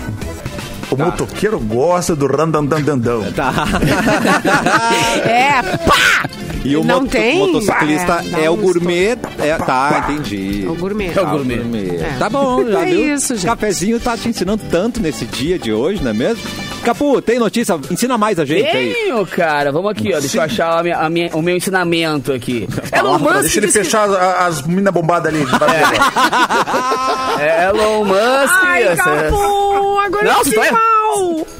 F: O motoqueiro gosta do randandandandão.
D: É, pá!
A: E o
D: Não
A: moto-
D: tem?
A: motociclista
D: dá
A: é, o
D: um
A: gourmet. é- tá, entendi.
D: É o gourmet.
A: É o gourmet.
D: É.
A: Tá bom, já
D: É
A: viu?
D: isso, gente.
A: O cafezinho tá te ensinando tanto nesse dia de hoje, não é mesmo? Capu, tem notícia? Ensina mais a gente aí.
C: Tenho, cara. Vamos aqui, ó. Deixa eu achar a minha- a minha- o meu ensinamento aqui. Elon Musk
F: Deixa ele
C: diz que-
F: fechar a- as minas bombadas ali. de barbeiro.
C: É, Elon Musk.
D: Ai,
C: essa-
D: Capu, agora eu
C: Não, você tá
D: fiquei
C: erra-
D: mal.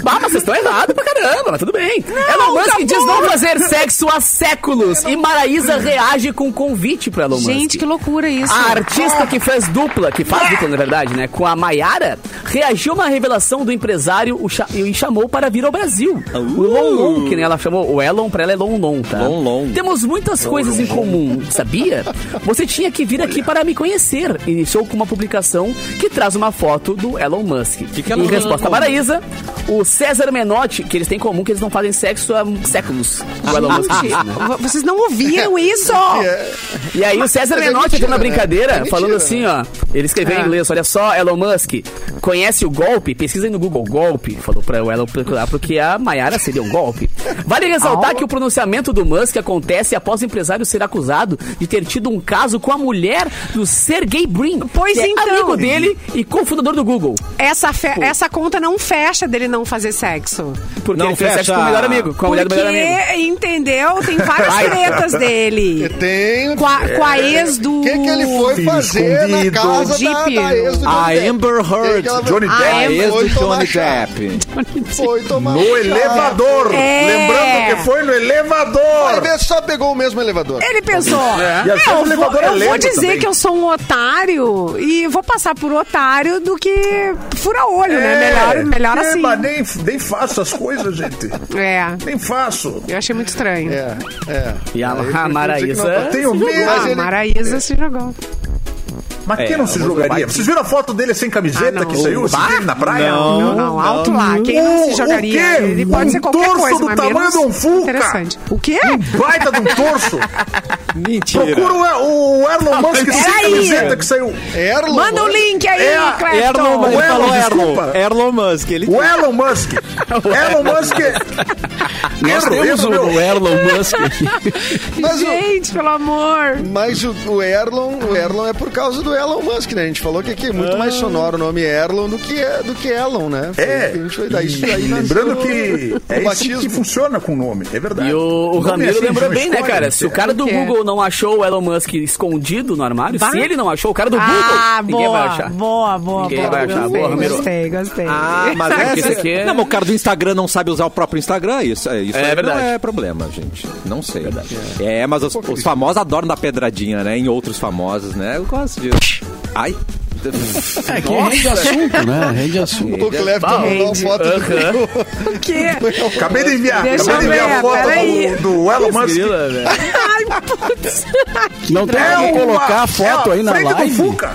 C: Bah, mas vocês estão errados pra caramba, mas tudo bem. Elon Musk
D: Capu.
C: diz não fazer sexo há séculos e Maraísa reage com convite pra Elon Musk.
D: Gente, que loucura isso.
C: A artista que fez dupla, que faz dupla na verdade, né, com a Maiara, reagiu a uma revelação do empresário o cha- e chamou para vir ao Brasil. O
H: Uh!
C: Lon Lon, que nem ela chamou, o Elon pra ela é Lon Lon, tá?
A: Lon Lon.
C: Temos muitas coisas em comum, sabia? Você tinha que vir aqui para me conhecer. Iniciou com uma publicação que traz uma foto do Elon Musk.
H: que ela
C: em
H: tem
C: resposta
H: em
C: à Maraísa, o César Menotti, que eles têm em comum que eles não fazem sexo há séculos.
H: Ah,
C: O Elon Musk. disse, né?
D: V- Vocês não ouviram isso?
E: é,
C: E aí o César
E: Mas é
C: Menotti entrou
E: mentira,
C: na brincadeira,
E: né? Ah. É mentira,
C: falando assim, ó. Ele escreveu em inglês, olha só, Elon Musk, conhece o golpe? Pesquisa aí no Google golpe. Falou pra o Elon procurar, porque a Maiara seria um golpe. Vale
E: Ah,
C: ressaltar que o pronunciamento do Musk acontece após o empresário ser acusado de ter tido um caso com a mulher do Sergey Brin.
D: Pois
C: que é
D: então.
C: amigo dele e cofundador do Google.
D: Essa, fe- essa conta não fecha dele não fazer sexo.
C: Porque
A: Não
C: ele fez sexo
A: fecha.
C: com o melhor amigo, com a mulher do melhor amigo.
D: Porque, entendeu? Tem várias
C: Vai.
D: tretas dele.
E: é, Tem. um
D: Com
E: O
D: a, com a ex do.
E: que, que ele foi fazer
F: escondido.
E: na casa da,
D: Jeep.
E: da ex do
A: A
E: Johnny Depp?
A: Amber Heard.
E: Que ela-
F: Johnny
E: Ah,
F: Depp.
A: A ex do
E: Foi tomar
A: Johnny
E: chá.
A: Depp.
E: Foi tomar
F: No
E: chá.
F: elevador.
D: É.
F: Lembrando que foi no
E: Vai
F: elevador.
E: ver, só pegou o mesmo elevador.
D: Ele pensou,
F: E às vezes
D: eu,
F: o elevador
D: vou,
F: é
D: eu vou
F: lento
D: dizer
F: também.
D: que eu sou um otário e vou passar por otário do que fura olho, né? Melhor, melhor
F: É,
D: assim.
F: mas nem, nem faço as coisas, gente.
D: É,
F: Nem faço.
D: eu achei muito estranho.
E: É, é.
C: E a
E: Aí eu
C: Ma-
E: prefiro dizer que
C: Maraísa...
E: não-
F: Tenho medo.
E: Mas
D: Ah,
E: ele-
D: a Maraísa se jogou.
F: Mas quem não se jogaria? Vocês viram a foto dele sem camiseta
D: Ah, não.
F: que saiu esse tempo na praia? Um
D: Não, não, alto lá. Quem não
F: O-
D: se
F: o
D: jogaria?
F: quê?
D: Ele pode
F: Um
D: ser qualquer
F: torso
D: coisa,
F: do
D: mas
F: tamanho
D: menos
F: de um Fuca.
D: interessante. O quê?
F: Baita de um torso. Procura
A: Mentira.
F: o, o Elon Musk sem
D: Peraí.
F: camiseta que saiu.
E: Erlon,
D: Manda o
E: olha.
D: link aí,
F: É a-
A: Erlon,
D: Clepton.
A: ele
F: Erlon,
A: falou
F: desculpa.
A: Erlon. Erlon Musk. Ele
F: O Elon Musk. Elon Musk. é
G: Nós
F: Erro,
G: temos
F: erro,
G: o
F: meu.
G: Elon Musk aqui.
E: Mas o-
D: Ah, Gente, pelo amor.
E: Mas o, o Erlon, o Erlon é por causa do Elon Musk, né? A gente falou que aqui é muito mais sonoro o nome Erlon do que, é- do que Elon, né? Foi
F: É.
E: o que a gente foi dar. Isso aí
F: E
E: nasceu
F: Lembrando que
E: o
F: é isso que
E: batismo.
F: funciona com o nome, é verdade.
C: E o, o
F: nome é
C: Ramiro
F: assim,
C: lembrou
F: de uma
C: bem, né,
F: história,
C: cara? Se o cara do
D: O quê?
C: Google não achou o Elon Musk escondido no armário,
D: Vai.
C: se ele não achou, o cara do Google,
D: Ah,
C: ninguém vai achar.
D: boa, boa, boa,
C: Ninguém
D: boa.
C: vai achar.
D: Gostei,
C: Boa, Ramiro.
D: gostei, gostei.
A: Ah, mas
C: Sabe
A: é,
C: que isso aqui é-
A: Não, mas o cara do Instagram não sabe usar o próprio Instagram, isso, é- isso
C: É
A: aí
C: verdade.
A: não é problema, gente. Não sei. É, mas os, os famosos adoram dar pedradinha, né? Em outros famosos, né? Eu gosto disso. Ai.
G: É que rende assunto, né? Rende assunto.
E: O Clef
C: Bom,
E: mandou uma
C: gente,
E: foto
C: aham.
E: do
D: O quê?
F: Acabei de enviar,
D: Deixa
F: acabei de
D: eu
F: enviar
D: ver,
F: a foto
D: peraí.
F: do, do Elon Musk.
C: Grila, velho.
D: Ai, putz.
G: Não tem
F: É
G: como
F: uma-
G: colocar a
F: é
G: foto
F: a
G: aí na
F: frente do
G: live.
F: Fuca.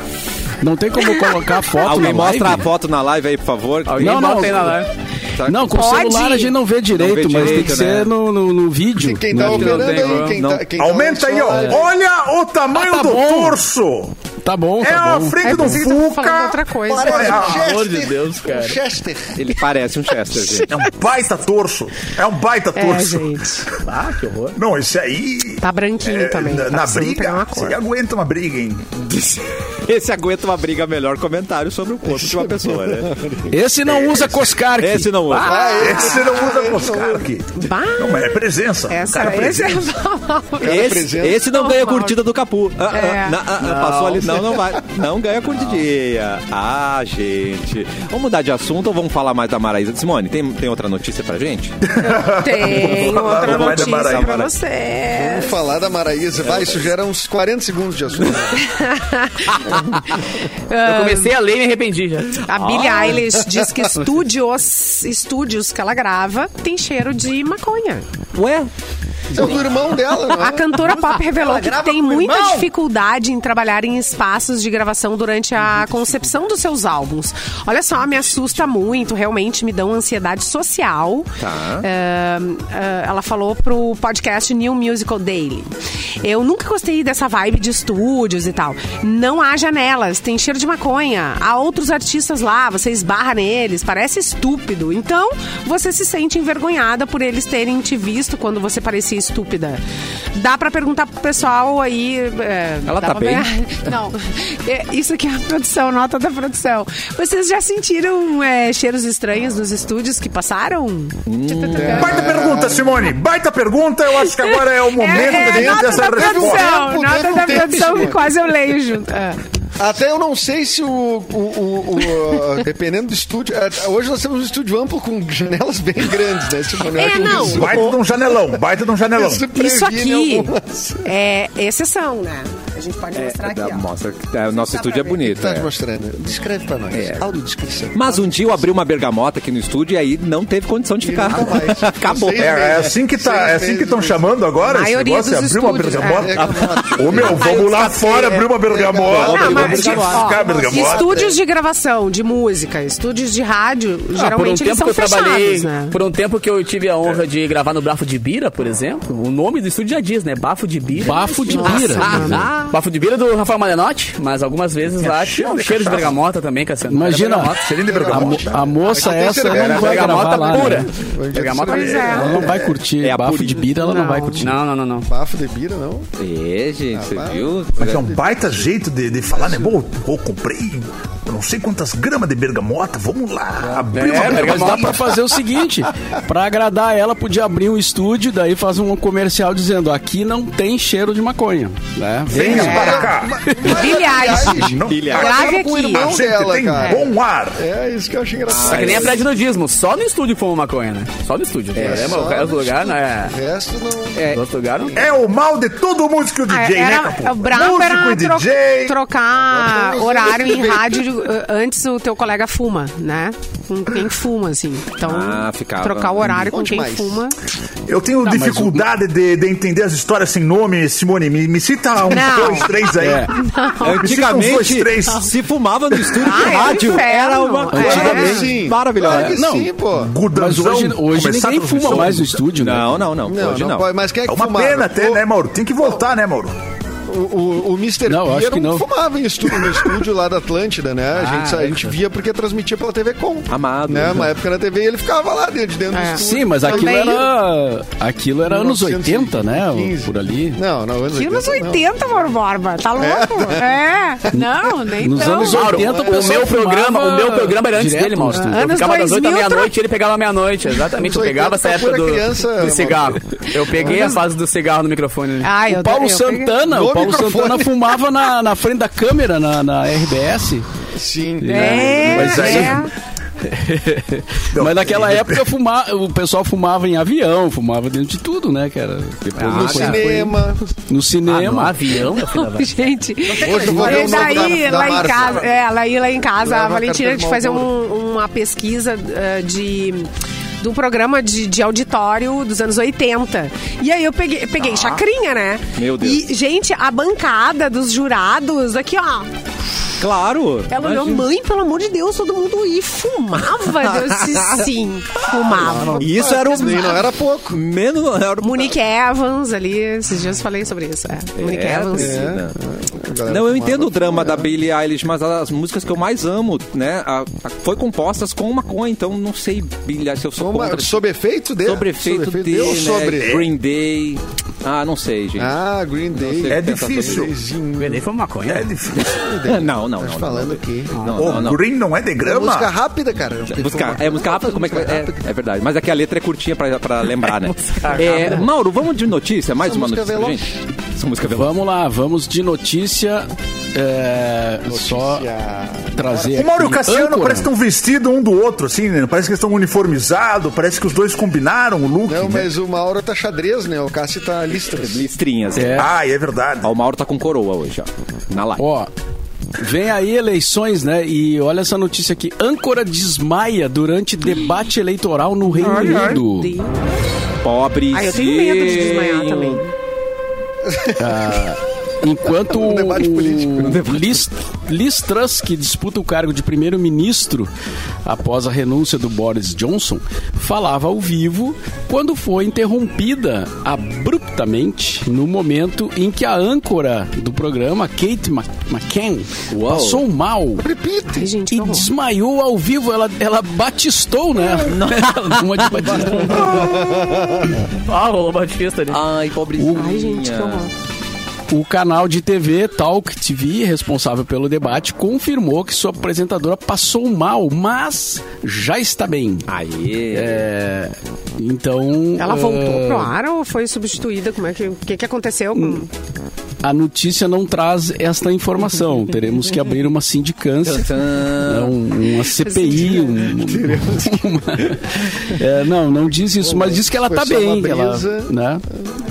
G: Não tem como colocar a foto
A: Alguém
G: na live.
A: mostra a foto na live aí, por favor. que
C: Alguém
A: tem-
G: Não, não,
C: bota aí na
G: não.
C: live.
A: tá-
G: Não, com o
D: Pode.
G: celular a gente não vê direito,
A: vê
G: mas tem
A: direito,
G: que ser
A: né?
G: no, no, no vídeo.
E: quem
G: né?
E: tá operando
A: tem
E: aí.
A: como,
E: Quem
A: não.
E: tá, quem tá
F: Aumenta aí, ó.
E: lançando.
F: Olha o tamanho
G: Ah, tá
F: do
G: bom.
F: torso.
G: Tá bom,
F: É
G: tá
F: a
G: bom.
F: frente
D: É,
F: do
D: pensei que tava falando
F: Fuca.
D: outra coisa.
E: Parece
F: Olha, é
E: um Chester.
C: amor de Deus, cara.
E: Um Chester.
A: Ele parece um Chester, gente.
F: É um baita torso. É um baita
D: É,
F: torso.
D: gente.
C: Ah, que horror.
F: Não, esse aí.
D: Tá branquinho
F: é,
D: também.
F: Na,
D: tá
F: na
D: precisando
F: briga,
D: pegar uma
F: você
D: cor.
F: aguenta uma briga, hein?
A: um Esse aguenta uma briga melhor comentário sobre o corpo de uma pessoa, né?
G: Esse não usa Coscar.
A: Esse não usa.
E: Ah, é?
F: Esse não usa Coscarque.
D: Bah.
F: Não, mas é presença.
D: Essa,
F: Cara,
D: esse é
F: presença.
A: Esse,
E: apresenta.
A: esse não ganha
D: Normal.
A: curtida do Capu. Ah, ah,
D: É.
A: na- ah, ah, passou ali. é Não, não vai. Não ganha curtidinha. Ah, gente. Vamos mudar de assunto ou vamos falar mais da Maraísa? Simone, tem, tem outra notícia pra gente?
D: Tem outra
F: Vai
D: notícia
F: demorar aí.
D: pra você.
E: Vamos falar da Maraísa. Vai, isso gera uns 40 segundos de assunto.
C: Eu comecei a ler e me arrependi já.
D: A Billie Eilish diz que estúdios, estúdios que ela grava tem cheiro de maconha.
C: Ah, um
A: Ué?
E: É o do irmão dela, não
D: A
E: é?
D: cantora pop revelou que
B: grava
D: tem
B: com o
D: muita
B: irmão?
D: dificuldade em trabalhar em espaços de gravação durante a concepção dos seus álbuns. Olha só, me assusta muito, realmente me dão ansiedade social.
B: Tá.
D: É, é, ela falou pro podcast New Musical Daily. Eu nunca gostei dessa vibe de estúdios e tal. Não há janelas, tem cheiro de maconha. Há outros artistas lá, você esbarra neles, parece estúpido. Então, você se sente envergonhada por eles terem te visto quando você parecia assim, estúpida. Dá pra perguntar pro pessoal aí. é,
H: Ela
D: dá
H: tá
D: pra
H: bem?
D: ver- Não. É, Isso aqui é a produção, nota da produção. Vocês já sentiram é, cheiros estranhos nos estúdios que passaram?
H: Hum, é.
F: Baita pergunta, Simone. Baita pergunta. Eu acho que agora é o momento
D: é,
F: da
D: é,
F: gente ter
D: nota
F: essa
D: da
F: resposta.
D: produção,
E: Tempo,
D: nota
E: teve um
D: da
E: tempo,
D: produção que
E: Simone.
D: quase eu leio junto. É.
E: Até eu não sei se o. o- o- o- dependendo do estúdio. eh, Hoje nós temos um estúdio amplo com janelas bem grandes, né? Tipo,
D: É,
E: que
D: não.
E: isso-
F: Baita de um janelão. Baita de um janelão.
E: previne
D: Isso aqui
E: algumas-
D: é exceção, né? A gente pode mostrar aqui,
A: Da-
D: ó.
A: mostra que é, o nosso estúdio é bonito.
E: Tá
A: é.
E: te mostrando. Descreve pra nós. Audiodescrição.
A: Mas um dia eu abri uma bergamota aqui no estúdio e aí não teve condição de ficar.
E: nunca mais.
A: Acabou.
E: Vocês-
F: É, é assim que tá, é assim que estão chamando agora esse
D: Maioria
F: negócio, é
D: dos
F: abrir uma
D: estúdios,
F: bergamota.
E: é. Bergamota.
F: Ô meu, vamos
D: é,
F: lá fora abrir uma bergamota.
D: Não,
F: Vamos
D: mas,
F: buscar
D: tipo, ó,
F: bergamota.
D: estúdios de gravação, de música, estúdios de rádio,
C: Ah, por um
D: geralmente eles
C: tempo que
D: são
C: eu trabalhei,
D: fechados, né?
C: por um tempo que eu tive a honra de gravar no Bafo de Bira, por exemplo, o nome do estúdio já diz, né? Bafo de Bira.
G: Bafo de
C: Nossa, tá
G: Bira.
C: mano. Bafo de Bira do Rafael Malenotti, mas algumas vezes lá tinha um cheiro de bergamota também, Cassiano.
G: Imagina,
C: Era bergamota.
F: Cheirinho de
G: a, mo-
F: bergamota.
G: a moça
E: Era
G: essa ela não vai
C: bergamota
G: gravar lá,
C: tá pura.
G: né?
C: Bergamota
D: Pois
C: pura.
D: é.
G: Ela não vai curtir.
A: É a
G: Bafo
A: purina.
G: de bira, ela não, vai curtir.
C: Não, não, não, não.
E: Bafo de bira, não?
A: É, gente, você
E: vai.
A: viu?
F: Mas é um baita jeito de, de falar, né? Bom, eu comprei eu não sei quantas gramas de bergamota, vamos lá, abrir uma
C: É,
G: Mas
F: bergamota.
G: dá pra fazer o seguinte, pra agradar ela, podia abrir um estúdio, daí faz um comercial dizendo, aqui não tem cheiro de maconha, né?
F: Venha para cá.
D: Bilhais.
F: Não, tá.
A: Bilhar.
F: a
D: Grave
E: com o
D: aqui.
E: irmão
F: gente
E: dela,
F: tem
E: cara.
F: bom ar.
E: É isso que eu achei engraçado.
C: É que nem a praia de nudismo, só no estúdio fuma maconha, né? Só no estúdio. É, é,
E: só
C: o cara
E: no
C: do lugar, né?
E: O resto não.
C: É. Outro lugar não.
F: É o mal de todo músico e
D: Ah,
F: DJ, né,
D: era,
F: Capu?
D: o brabo
F: músico
D: era
F: e
D: tro-
F: DJ.
D: trocar
E: Agora eu
D: horário em
E: sei.
D: rádio eh, antes o teu colega fuma, né? Com quem fuma, assim. Então,
A: Ah, ficava.
D: trocar o horário com
E: Onde
D: quem
E: mais?
D: fuma.
F: Eu tenho dificuldade de, de entender as histórias sem nome, Simone. Me, me cita uns
D: Não.
F: dois, três aí.
G: É.
F: Me cita uns dois,
A: É, Antigamente,
F: três.
A: se fumava no estúdio
D: Ah,
A: de
D: é um
A: rádio,
D: inferno.
A: era uma
D: É.
A: coisa
E: Claro que
A: bem
E: sim.
A: maravilhosa.
E: Claro que
A: Não,
E: sim, pô.
G: Mas
F: Gudanzão.
G: hoje, hoje
F: Começar
G: ninguém
F: com
G: fuma
F: som.
G: mais no estúdio, né?
A: não, não, não.
E: Não,
A: hoje
E: não,
A: não.
E: pode. Mas quem é que
F: É uma
E: fumava?
F: pena até,
E: O-
F: né, Mauro? Tem que voltar, né, Mauro?
E: O, o, o Mr.
G: Não, eu acho
E: P um
G: que não.
E: fumava em estúdio, no estúdio lá da Atlântida, né? A gente, a gente via porque transmitia pela TV Com.
A: Amado.
E: Né? Uma época na TV ele ficava lá dentro, dentro do estúdio.
G: Sim, mas aquilo
D: É. Também-
G: era, aquilo era anos 80, né?
E: 1915.
G: Por ali.
E: Não, não, anos
D: Que nos
E: 80, não.
D: 80, Mauro Borba. Tá louco? É. Não, nem
G: Nos
D: tão.
G: anos 80,
C: O meu programa, o meu programa era antes
G: direto Ah,
C: dele,
G: no
C: Mauro.
H: Ah,
G: estúdio.
C: Eu
D: Anos
C: ficava das 8 à
D: 2000,
C: meia-noite e ele pegava meia-noite. Exatamente, eu
E: Anos
C: pegava essa
E: 80
C: época do,
E: foi criança,
C: do
E: Mauro.
C: cigarro. Eu peguei
H: Ah.
C: a fase do cigarro no microfone. né?
D: Ai,
G: O Paulo
D: eu peguei-
G: Santana,
E: No
G: o
E: microfone.
G: Paulo Santana fumava na, na frente da câmera, na, na RBS.
E: Sim.
D: É,
F: Mas aí-
D: é.
G: Mas naquela época fuma- o pessoal fumava em avião, fumava dentro de tudo, né, cara? Depois,
E: No
G: depois-
E: cinema.
G: No
C: Ah, no
G: cinema.
C: avião, meu filho da vai.
D: Gente,
E: Hoje eu vou ver
D: e
E: o
D: daí
E: nome da-
D: tá lá
E: da Ah,
D: em
E: marca.
D: casa, é, lá, e lá em casa, a
E: Leva
D: Valentina
E: cartão
D: de fazer
E: Marlboro.
D: um- uma pesquisa eh, de de um programa de, de auditório dos anos 80. E aí eu peguei, peguei chacrinha, né?
A: Meu Deus.
D: E, gente, a bancada dos jurados, aqui, ó.
A: Claro.
D: Ela olhou,
A: Imagina.
D: mãe, pelo amor de Deus, todo mundo e fumava. Eu disse, sim, fumava.
A: E isso era o
E: Nem
G: um
E: não era pouco.
A: menos. Era o...
D: Monique Evans ali, esses dias falei sobre isso. É. Monique Evans.
A: Priscila. Não, eu entendo o drama da Billie Eilish, mas as músicas que eu mais amo, né, a- a- foi compostas com maconha, então não sei, Billie Eilish, eu sou contra.
E: Sob é? efeito dele?
A: Sobre efeito
E: Sob
A: dele,
E: ou
A: né,
E: sobre...
A: Green Day. Ah, não sei, gente.
E: Ah, Green Day.
F: É difícil.
E: Greenzinho.
C: Ele foi maconha.
F: É difícil.
A: não, não, não. não,
E: Falando aqui.
A: Não,
F: O
A: não, não.
F: green não é de
E: É
F: grama?
E: música rápida, cara.
A: Música, é música rápida, como é que é? É, é verdade. Mas é que a letra é curtinha pra, pra lembrar, né? É, Mauro, vamos de notícia? Mais
E: Essa
A: uma
E: música
D: é
A: notícia pra
E: veloz.
A: gente? Essa música é veloz.
G: Vamos lá, vamos de notícia. é, Só trazer.
F: O Mauro e o
G: aqui.
F: Cassiano
G: Âncora.
F: parece que estão vestidos um do outro, assim, né? Parece que eles estão uniformizados, parece que os dois combinaram o look.
E: Não,
F: né?
E: mas o Mauro tá xadrez, né? O Cássio tá listras.
A: Listrinhas.
G: É.
F: Ah, é verdade.
A: Ó, o Mauro tá com coroa hoje, ó. Na live.
G: Ó, vem aí eleições, né? E olha essa notícia aqui: âncora desmaia durante debate eleitoral no Reino Unido.
A: Pobre.
D: Ai, eu tenho medo de desmaiar também.
G: Enquanto
E: Um debate
G: o-
E: político,
G: o
E: um
G: Liz, Liz Truss, que disputa o cargo de primeiro-ministro após a renúncia do Boris Johnson, falava ao vivo quando foi interrompida abruptamente no momento em que a âncora do programa, Kate Mc- McCann, passou mal
E: Repita.
D: Ai, gente,
G: e
D: que horror.
G: desmaiou ao vivo. Ela, ela batistou, né?
D: É.
G: Uma de batista.
C: Ah, rolou Batista ali.
H: Ai, pobrezinha.
D: Ai, gente, que horror.
G: O canal de TV Talk TV, responsável pelo debate, confirmou que sua apresentadora passou mal, mas já está bem.
H: Aê.
G: É, então.
D: Ela
G: eh,
D: voltou pro ar ou foi substituída? Como é que, o que, que aconteceu?
G: Hum,
D: com-
G: A notícia não traz esta informação. Teremos que abrir uma sindicância. né, um- uma CPI. um- uma- É, não, não diz isso, mas diz que ela
E: foi
G: está
E: só uma
G: bem. que ela-
E: brisa.
G: né?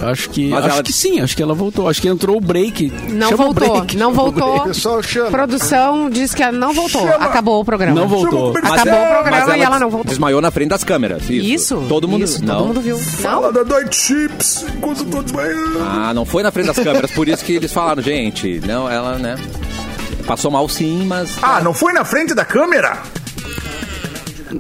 G: Acho que.
A: Mas
G: acho
A: ela-
G: que sim, acho que ela voltou. Acho que entrou o break.
D: Não
G: Chama o
D: voltou,
G: break.
D: não voltou.
E: Pessoal, chama.
D: Produção diz que ela não voltou. Acabou o programa.
G: Não voltou.
D: Acabou o programa e ela não voltou.
A: é, Desmaiou na frente das câmeras. Isso.
D: Isso.
A: Todo mundo.
D: isso,
A: não.
D: Todo mundo viu.
F: Fala
D: Não?
F: da Dói Chips enquanto eu tô desmaiando.
A: Ah, não foi na frente das câmeras, por isso que eles falaram, gente. Não, ela, né? Passou mal sim, mas.
F: Ah, não foi na frente da câmera?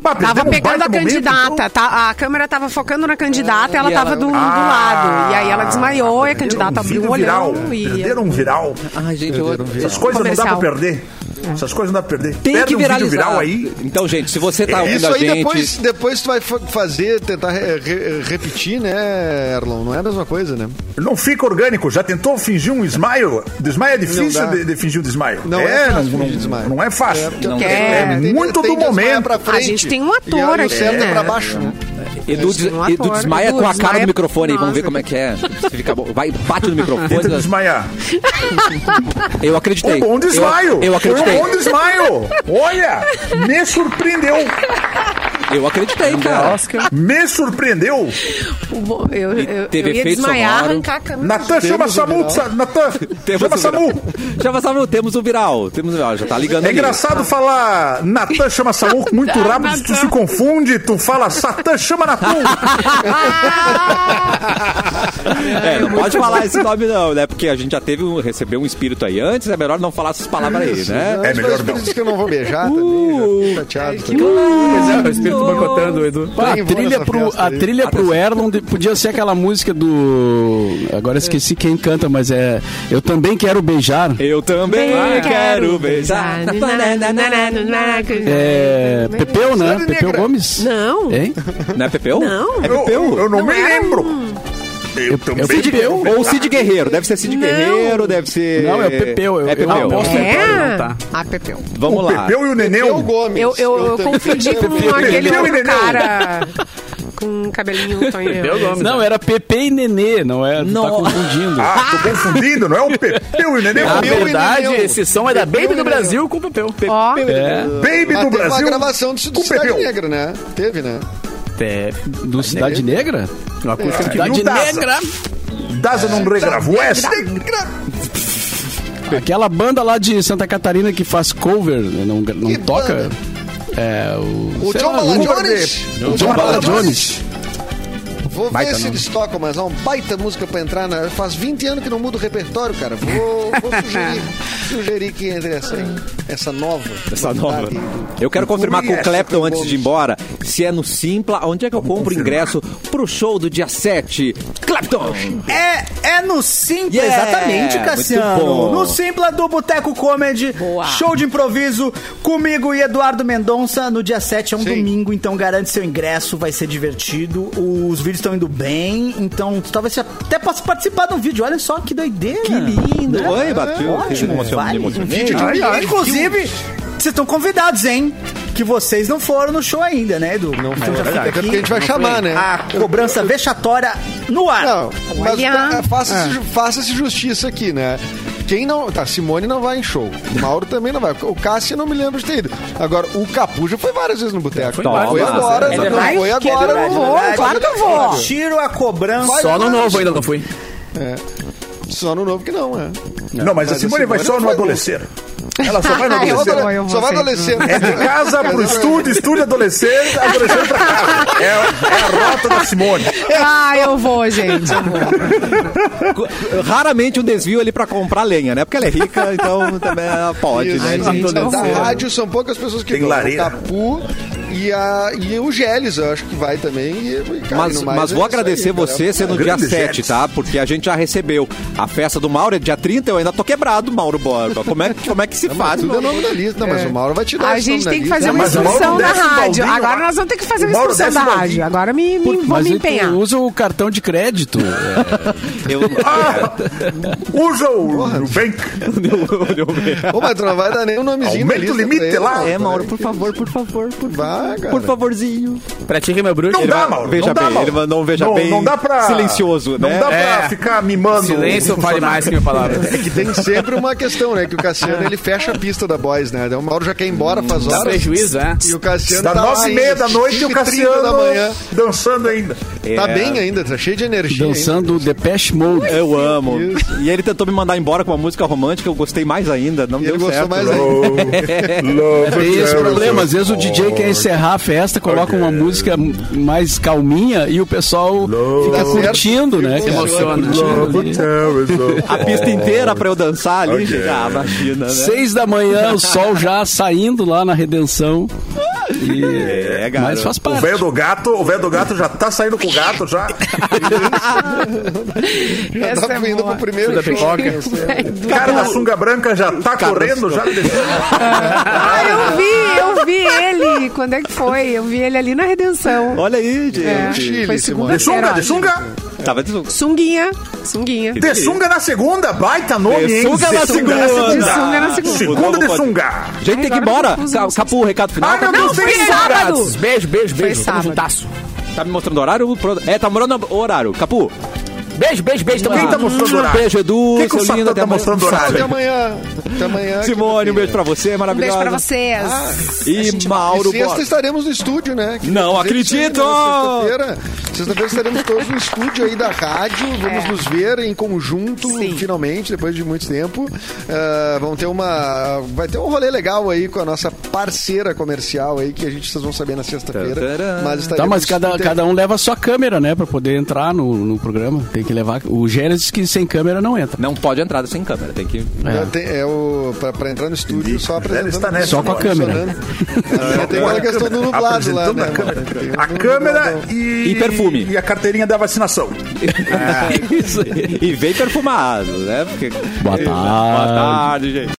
F: Pá, perdeu
D: Tava
F: um
D: pegando
F: baita
D: a
F: momento,
D: candidata,
F: então.
D: tá, a câmera tava focando na candidata, ela
H: e
D: tava
H: ela-
D: do, do
F: Ah,
D: lado. E aí ela desmaiou e a
F: perderam um
D: candidata abriu
F: vídeo
D: o olhão
F: viral.
D: e.
F: Perderam um viral.
H: Ai, gente, eu...
F: Essas coisas não dá
D: Comercial.
F: pra perder. Essas coisas não dá pra perder.
A: Tem
F: Perde
A: que
F: um vídeo
A: viralizar.
F: viral aí.
A: Então, gente, se você tá ouvindo
E: É Isso
A: a
E: aí
A: gente.
E: depois, depois tu vai fa- fazer, tentar re- re- repetir, né, Erlon? Não é a mesma coisa, né?
F: Não fica orgânico. Já tentou fingir um desmaio? Desmaio é difícil
E: dá.
F: de, de fingir um desmaio.
E: Não é fácil
F: não,
E: fingir desmaio.
F: não é fácil.
E: porque
A: não
E: tem-
D: quer.
E: tem- tem-
F: É Muito
E: tem
F: do
E: que desmaiar
F: momento.
E: Pra frente,
D: é. A gente tem um ator
E: e aí o
D: aqui,
E: certo é
D: né?
E: pra baixo, né?
A: Edu, des-
D: um
A: Edu
D: ator.
A: desmaia
D: Edu
A: com a cara
D: desmaia-
A: no microfone. Vamos
D: Nossa.
A: ver como é que é. Se fica bom. Vai, bate no
F: Tenta
A: microfone.
F: desmaiar.
A: Eu acreditei.
F: Um bom desmaio.
A: Eu, eu acreditei.
F: Um bom desmaio. Olha, me surpreendeu.
A: Eu acreditei, cara.
F: Me surpreendeu.
D: O bo- Eu, eu, eu
A: teve
D: ia
A: efeito
D: desmaiar,
A: sonoro.
D: arrancar a câmera.
F: Natan, chama
E: o
F: Samu.
E: viral.
F: Sa- Natan, chama
A: o viral.
F: Samu.
A: Chama Samu, temos o viral. Temos o viral, já tá ligando
F: É
A: ali.
F: engraçado falar Natan chama Saul muito rápido, tu se confunde, tu fala Satã chama Natan.
A: É, não pode falar esse nome não, né? Porque a gente já teve um, recebeu um espírito aí antes, é melhor não falar essas palavras aí, né?
F: É melhor
E: Por
F: não. Uh,
E: isso que eu não vou beijar também, já fico chateado.
D: é,
H: o
F: é,
H: espírito boicotando, o Edu.
G: Pá, Ah, a
E: Quem voa
G: trilha
E: nessa
G: pro,
E: festa
G: a
E: aí?
G: trilha pro Erlon de- podia ser aquela música do. Agora esqueci quem canta, mas é. Eu também quero beijar.
A: Eu também quero beijar.
G: É. Pepeu, né?
E: Série
G: Pepeu
E: Negra.
G: Gomes?
D: Não.
G: Hein?
A: Não é Pepeu?
D: Não.
A: É
F: Eu, eu,
A: Pepeu?
F: não, me
D: era
F: lembro. Eu
G: eu
F: também.
G: fui de Pepeu?
A: Ou Cid Guerreiro, deve ser Cid
D: Não.
A: Guerreiro, deve ser...
G: Não, é o Pepeu, eu-
A: é Pepeu.
G: eu aposto.
D: É?
G: Não, tá.
D: Ah, Pepeu.
A: Vamos
F: O
A: lá.
F: Pepeu e
E: Pepeu
F: o Neneu.
E: Gomes.
D: Eu, eu, eu
E: também-
D: confundi
E: um
D: com
F: Pepeu
D: aquele
F: e
D: outro
F: Nenê.
D: cara com cabelinho tonhão.
G: Não, era Pepe e Nenê, não é? Não. Tá confundindo.
F: Ah, tô confundindo, não é o Pepeu e o Neneu?
C: Na
E: Pepeu e
C: verdade,
E: Nenel.
C: esse som é da Baby do Brasil com o Pepeu.
D: Ó,
G: É,
F: Baby
E: Mas
F: do
E: teve uma
F: Brasil.
E: gravação disso do
F: com
E: Cidade
F: Pepeu.
E: Negra, né? Teve, né?
G: do Cidade Negra? Cidade
F: Daza.
G: Negra?
F: Daza não regravou essa.
G: Aquela banda lá de Santa Catarina que faz cover, né, não, não
E: Que
G: toca?
E: banda?
G: É, o.
E: O
G: sei
E: John
G: lá,
E: Bala
G: o-
E: Jones.
G: O John Bala Jones.
E: Vou ver se eles tocam, mas é uma baita música pra entrar. Na... Faz 20 anos que não muda o repertório, cara. Vou, vou sugerir, sugerir que entre essa, aí, essa nova.
A: Essa nova.
E: novidade.
A: Eu quero confirmar com o
F: Yes,
A: Clapton
E: Pepeu
A: antes de ir embora se é no Simpla, onde é que eu compro ingresso pro show do dia 7. Clapton!
B: É, é no Simpla,
A: Yeah,
B: exatamente,
A: muito
B: Cassiano.
A: bom.
B: No Simpla do Boteco Comedy. Show de improviso comigo e Eduardo Mendonça no dia 7, é um domingo, então garante seu ingresso, vai ser divertido. Os vídeos estão indo bem, então tu talvez você até possa participar de um vídeo. Olha só que doideira. Que lindo.
A: Oi, bateu.
B: Ótimo,
A: Emocionou,
B: vai.
A: emocionou.
F: Vídeo de um milhão.
B: Inclusive, vocês estão convidados, hein? Que vocês não foram no show ainda, né, Edu? Não então já fica
E: Até É porque a gente vai chamar, né?
B: A cobrança vexatória no ar.
E: Não, mas
D: Olha.
E: tá, faça-se ju- faça-se justiça aqui, né? Quem não. Tá, Simone não vai em show. O Mauro também não vai. O Cássio não me lembro de ter ido. Agora, o Capuja foi várias vezes no boteco. Foi,
A: várias vezes,
E: agora,
A: é
E: não
B: verdade.
E: foi
B: Que é
E: agora.
B: verdade,
E: não
B: é
E: vou,
B: verdade.
E: claro que eu vou.
B: Tiro a cobrança.
E: Vai
C: Só no
E: lá,
C: novo
E: gente.
C: ainda não fui.
E: Só no novo que não, é.
F: Não, mas
E: Mas
F: a
E: a
F: Simone vai
E: Simone
F: só no
E: foi
F: adolescer. Ela só vai
D: Eu
F: enaltecer.
D: vou, eu vou
E: Só vai né?
D: sempre.
E: adolescente.
F: É de casa pro estudo, estudo adolescente, adolescente pra casa. É, é a rota da Simone.
D: Ah, eu vou, gente. eu vou.
A: Raramente um desvio ali pra comprar lenha, né? Porque ela é rica, então também ela pode,
E: Isso,
A: né?
E: gente, da
D: adolescente.
E: rádio são poucas pessoas que
F: Tem
E: vão. O
F: lareira.
E: Capu e, a, e o Gélis, eu acho que vai também. E, e, cara,
A: Mas,
E: no mais
A: mas
E: é
A: vou
E: isso aí,
A: agradecer
E: cara.
A: você sendo dia
F: Grande
A: 7,
F: Jets.
A: tá? Porque a gente já recebeu. A festa do Mauro é dia 30, eu ainda tô quebrado, Mauro Borba. Como é, que- como é que se
E: Não, mas
A: faz?
E: tudo é
A: meu?
E: nome da lista. Não, mas o Mauro vai te dar
D: A
E: esse
D: gente
E: nome
D: tem que
E: na
D: fazer
E: lista. né?
D: uma
F: mas o Mauro
D: instrução da
F: desce o
D: rádio.
F: baldinho,
D: Agora
F: ó.
D: nós vamos ter que fazer
F: O
D: uma
F: Mauro
D: instrução da
F: desce o baldinho.
D: rádio. Agora me, me, vou
G: Mas
D: me
G: tu
D: empenhar.
G: usa o cartão de crédito.
A: Eu,
F: Ah, Usa o Nubank.
E: Ô, mas tu não vai dar nem um nomezinho
F: Aumenta
E: na lista
F: o limite
E: pra ele,
F: lá.
E: mano.
A: é, Mauro, por favor, por favor, por
E: Vai, cara.
A: Por favorzinho. é
C: Pratica meu bruxo.
F: Não
C: Ele
F: dá,
C: vai-
F: Mauro.
A: Veja
F: não dá,
A: bem,
F: Mauro.
A: ele mandou um veja
F: não,
A: bem
F: não dá pra,
A: silencioso, né?
F: Não dá pra
C: É.
F: ficar mimando.
C: Silêncio
F: o
C: vale
F: funcionário.
C: mais que mil palavras.
E: É que tem sempre uma questão, né? Que o Cassiano, ele fecha a pista da Boys, né? O Mauro já quer ir embora,
D: Hum,
E: faz
C: Dá
E: horas.
C: prejuízo, é?
E: E o Cassiano
F: Tá
E: tá lá
F: nove e meia
E: ainda,
F: da noite e o
E: 5h30 da
F: Cassiano É.
E: manhã.
F: dançando ainda.
E: Tá bem ainda, tá cheio de energia.
G: Dançando Depeche Mode.
A: É, Eu amo.
E: Isso.
A: E ele tentou me mandar embora com uma música romântica, eu gostei mais ainda, não
E: E
A: deu
E: ele gostou
A: certo.
E: mais
A: né?
E: ainda.
G: Tem
F: é,
G: esse problema, às vezes o DJ quer encerrar a festa, coloca uma música mais calminha e o pessoal fica
E: Dá certo.
G: curtindo, né?
E: Se
G: Fica
C: emociona.
G: curtindo ali.
A: A
F: Oh.
A: pista inteira pra eu dançar ali, gente. Ah, imagina, né?
G: Seis da manhã, o sol já saindo lá na redenção. E-
A: É, garoto.
G: Mas faz
F: O
G: parte.
F: velho do gato, o velho do gato já tá saindo com o gato já.
E: Já
D: Essa é
E: tá indo pro
D: boa.
E: primeiro
C: Da
E: show.
C: pipoca.
F: O cara da sunga branca já tá correndo, já
D: Ah, eu vi, eu vi ele. Quando é que foi? Eu vi ele ali na Redenção.
A: Olha aí, gente.
D: É,
E: Chile,
D: foi
E: Simone.
F: De sunga,
D: segunda-feira.
F: de
D: ó.
F: sunga.
D: É.
A: Tava de sunga.
D: Sunguinha, sunguinha.
F: De sunga na segunda, baita nome,
A: De
F: hein?
A: sunga na
F: De
A: segunda.
D: De sunga é na segunda.
F: Segunda de sunga.
A: Gente, tem que ir embora. Ca- Capu, recado final.
F: Ai, Ah, meu
A: Capu.
F: Deus,
D: foi
F: tem um
D: sábado.
C: Abraços. Beijo, beijo, beijo. Tamo
D: sábado.
C: juntaço.
A: Tá me mostrando horário? Pro- É, tá mostrando horário. Capu. um
C: Beijo, beijo, beijo. Tamo
F: Quem tá
C: junto.
F: mostrando horário?
A: Beijo, Edu.
F: Quem que o
A: seu lindo, até
F: Satã tá
A: amanhã.
F: mostrando
E: Até
F: horário?
E: amanhã. Até amanhã.
A: Simone, um beijo pra você,
D: Um beijo
A: maravilhosa.
D: pra vocês.
F: Ah.
A: E Mauro
E: E sexta
A: Borba.
E: estaremos no estúdio, né? Que
A: Não
E: tem que dizer
A: acredito!
E: isso aí, né? Sexta-feira sexta-feira estaremos todos no estúdio aí da rádio. Vamos
D: É.
E: nos ver em conjunto,
D: Sim.
E: finalmente, depois de muito tempo. Ah, vamos ter uma. Vai ter um rolê legal aí com a nossa parceira comercial aí, que a gente vocês vão saber na sexta-feira.
A: Tadã.
E: Mas
G: Tá,
E: estaremos
G: mas cada,
E: inter-
G: cada um leva a sua câmera, né? Pra poder entrar no, no programa. Tem que levar. O Gênesis que sem câmera não entra.
A: Não pode entrar sem câmera, tem que...
E: É, tem- é o, pra, pra entrar no estúdio,
F: Entendi.
E: só apresentando.
F: Está nessa. né?
G: Só com a câmera.
E: né? Funcionando. Ah, tem aquela questão do nublado lá,
F: Apresentando
E: né?
F: a câmera.
E: Tem
F: A
E: um
F: câmera
E: nubladão.
F: e...
A: E perfume.
F: E a carteirinha da vacinação.
A: e vem perfumado, né? Porque...
G: Boa
A: É. Boa
G: tarde.
A: tarde, gente.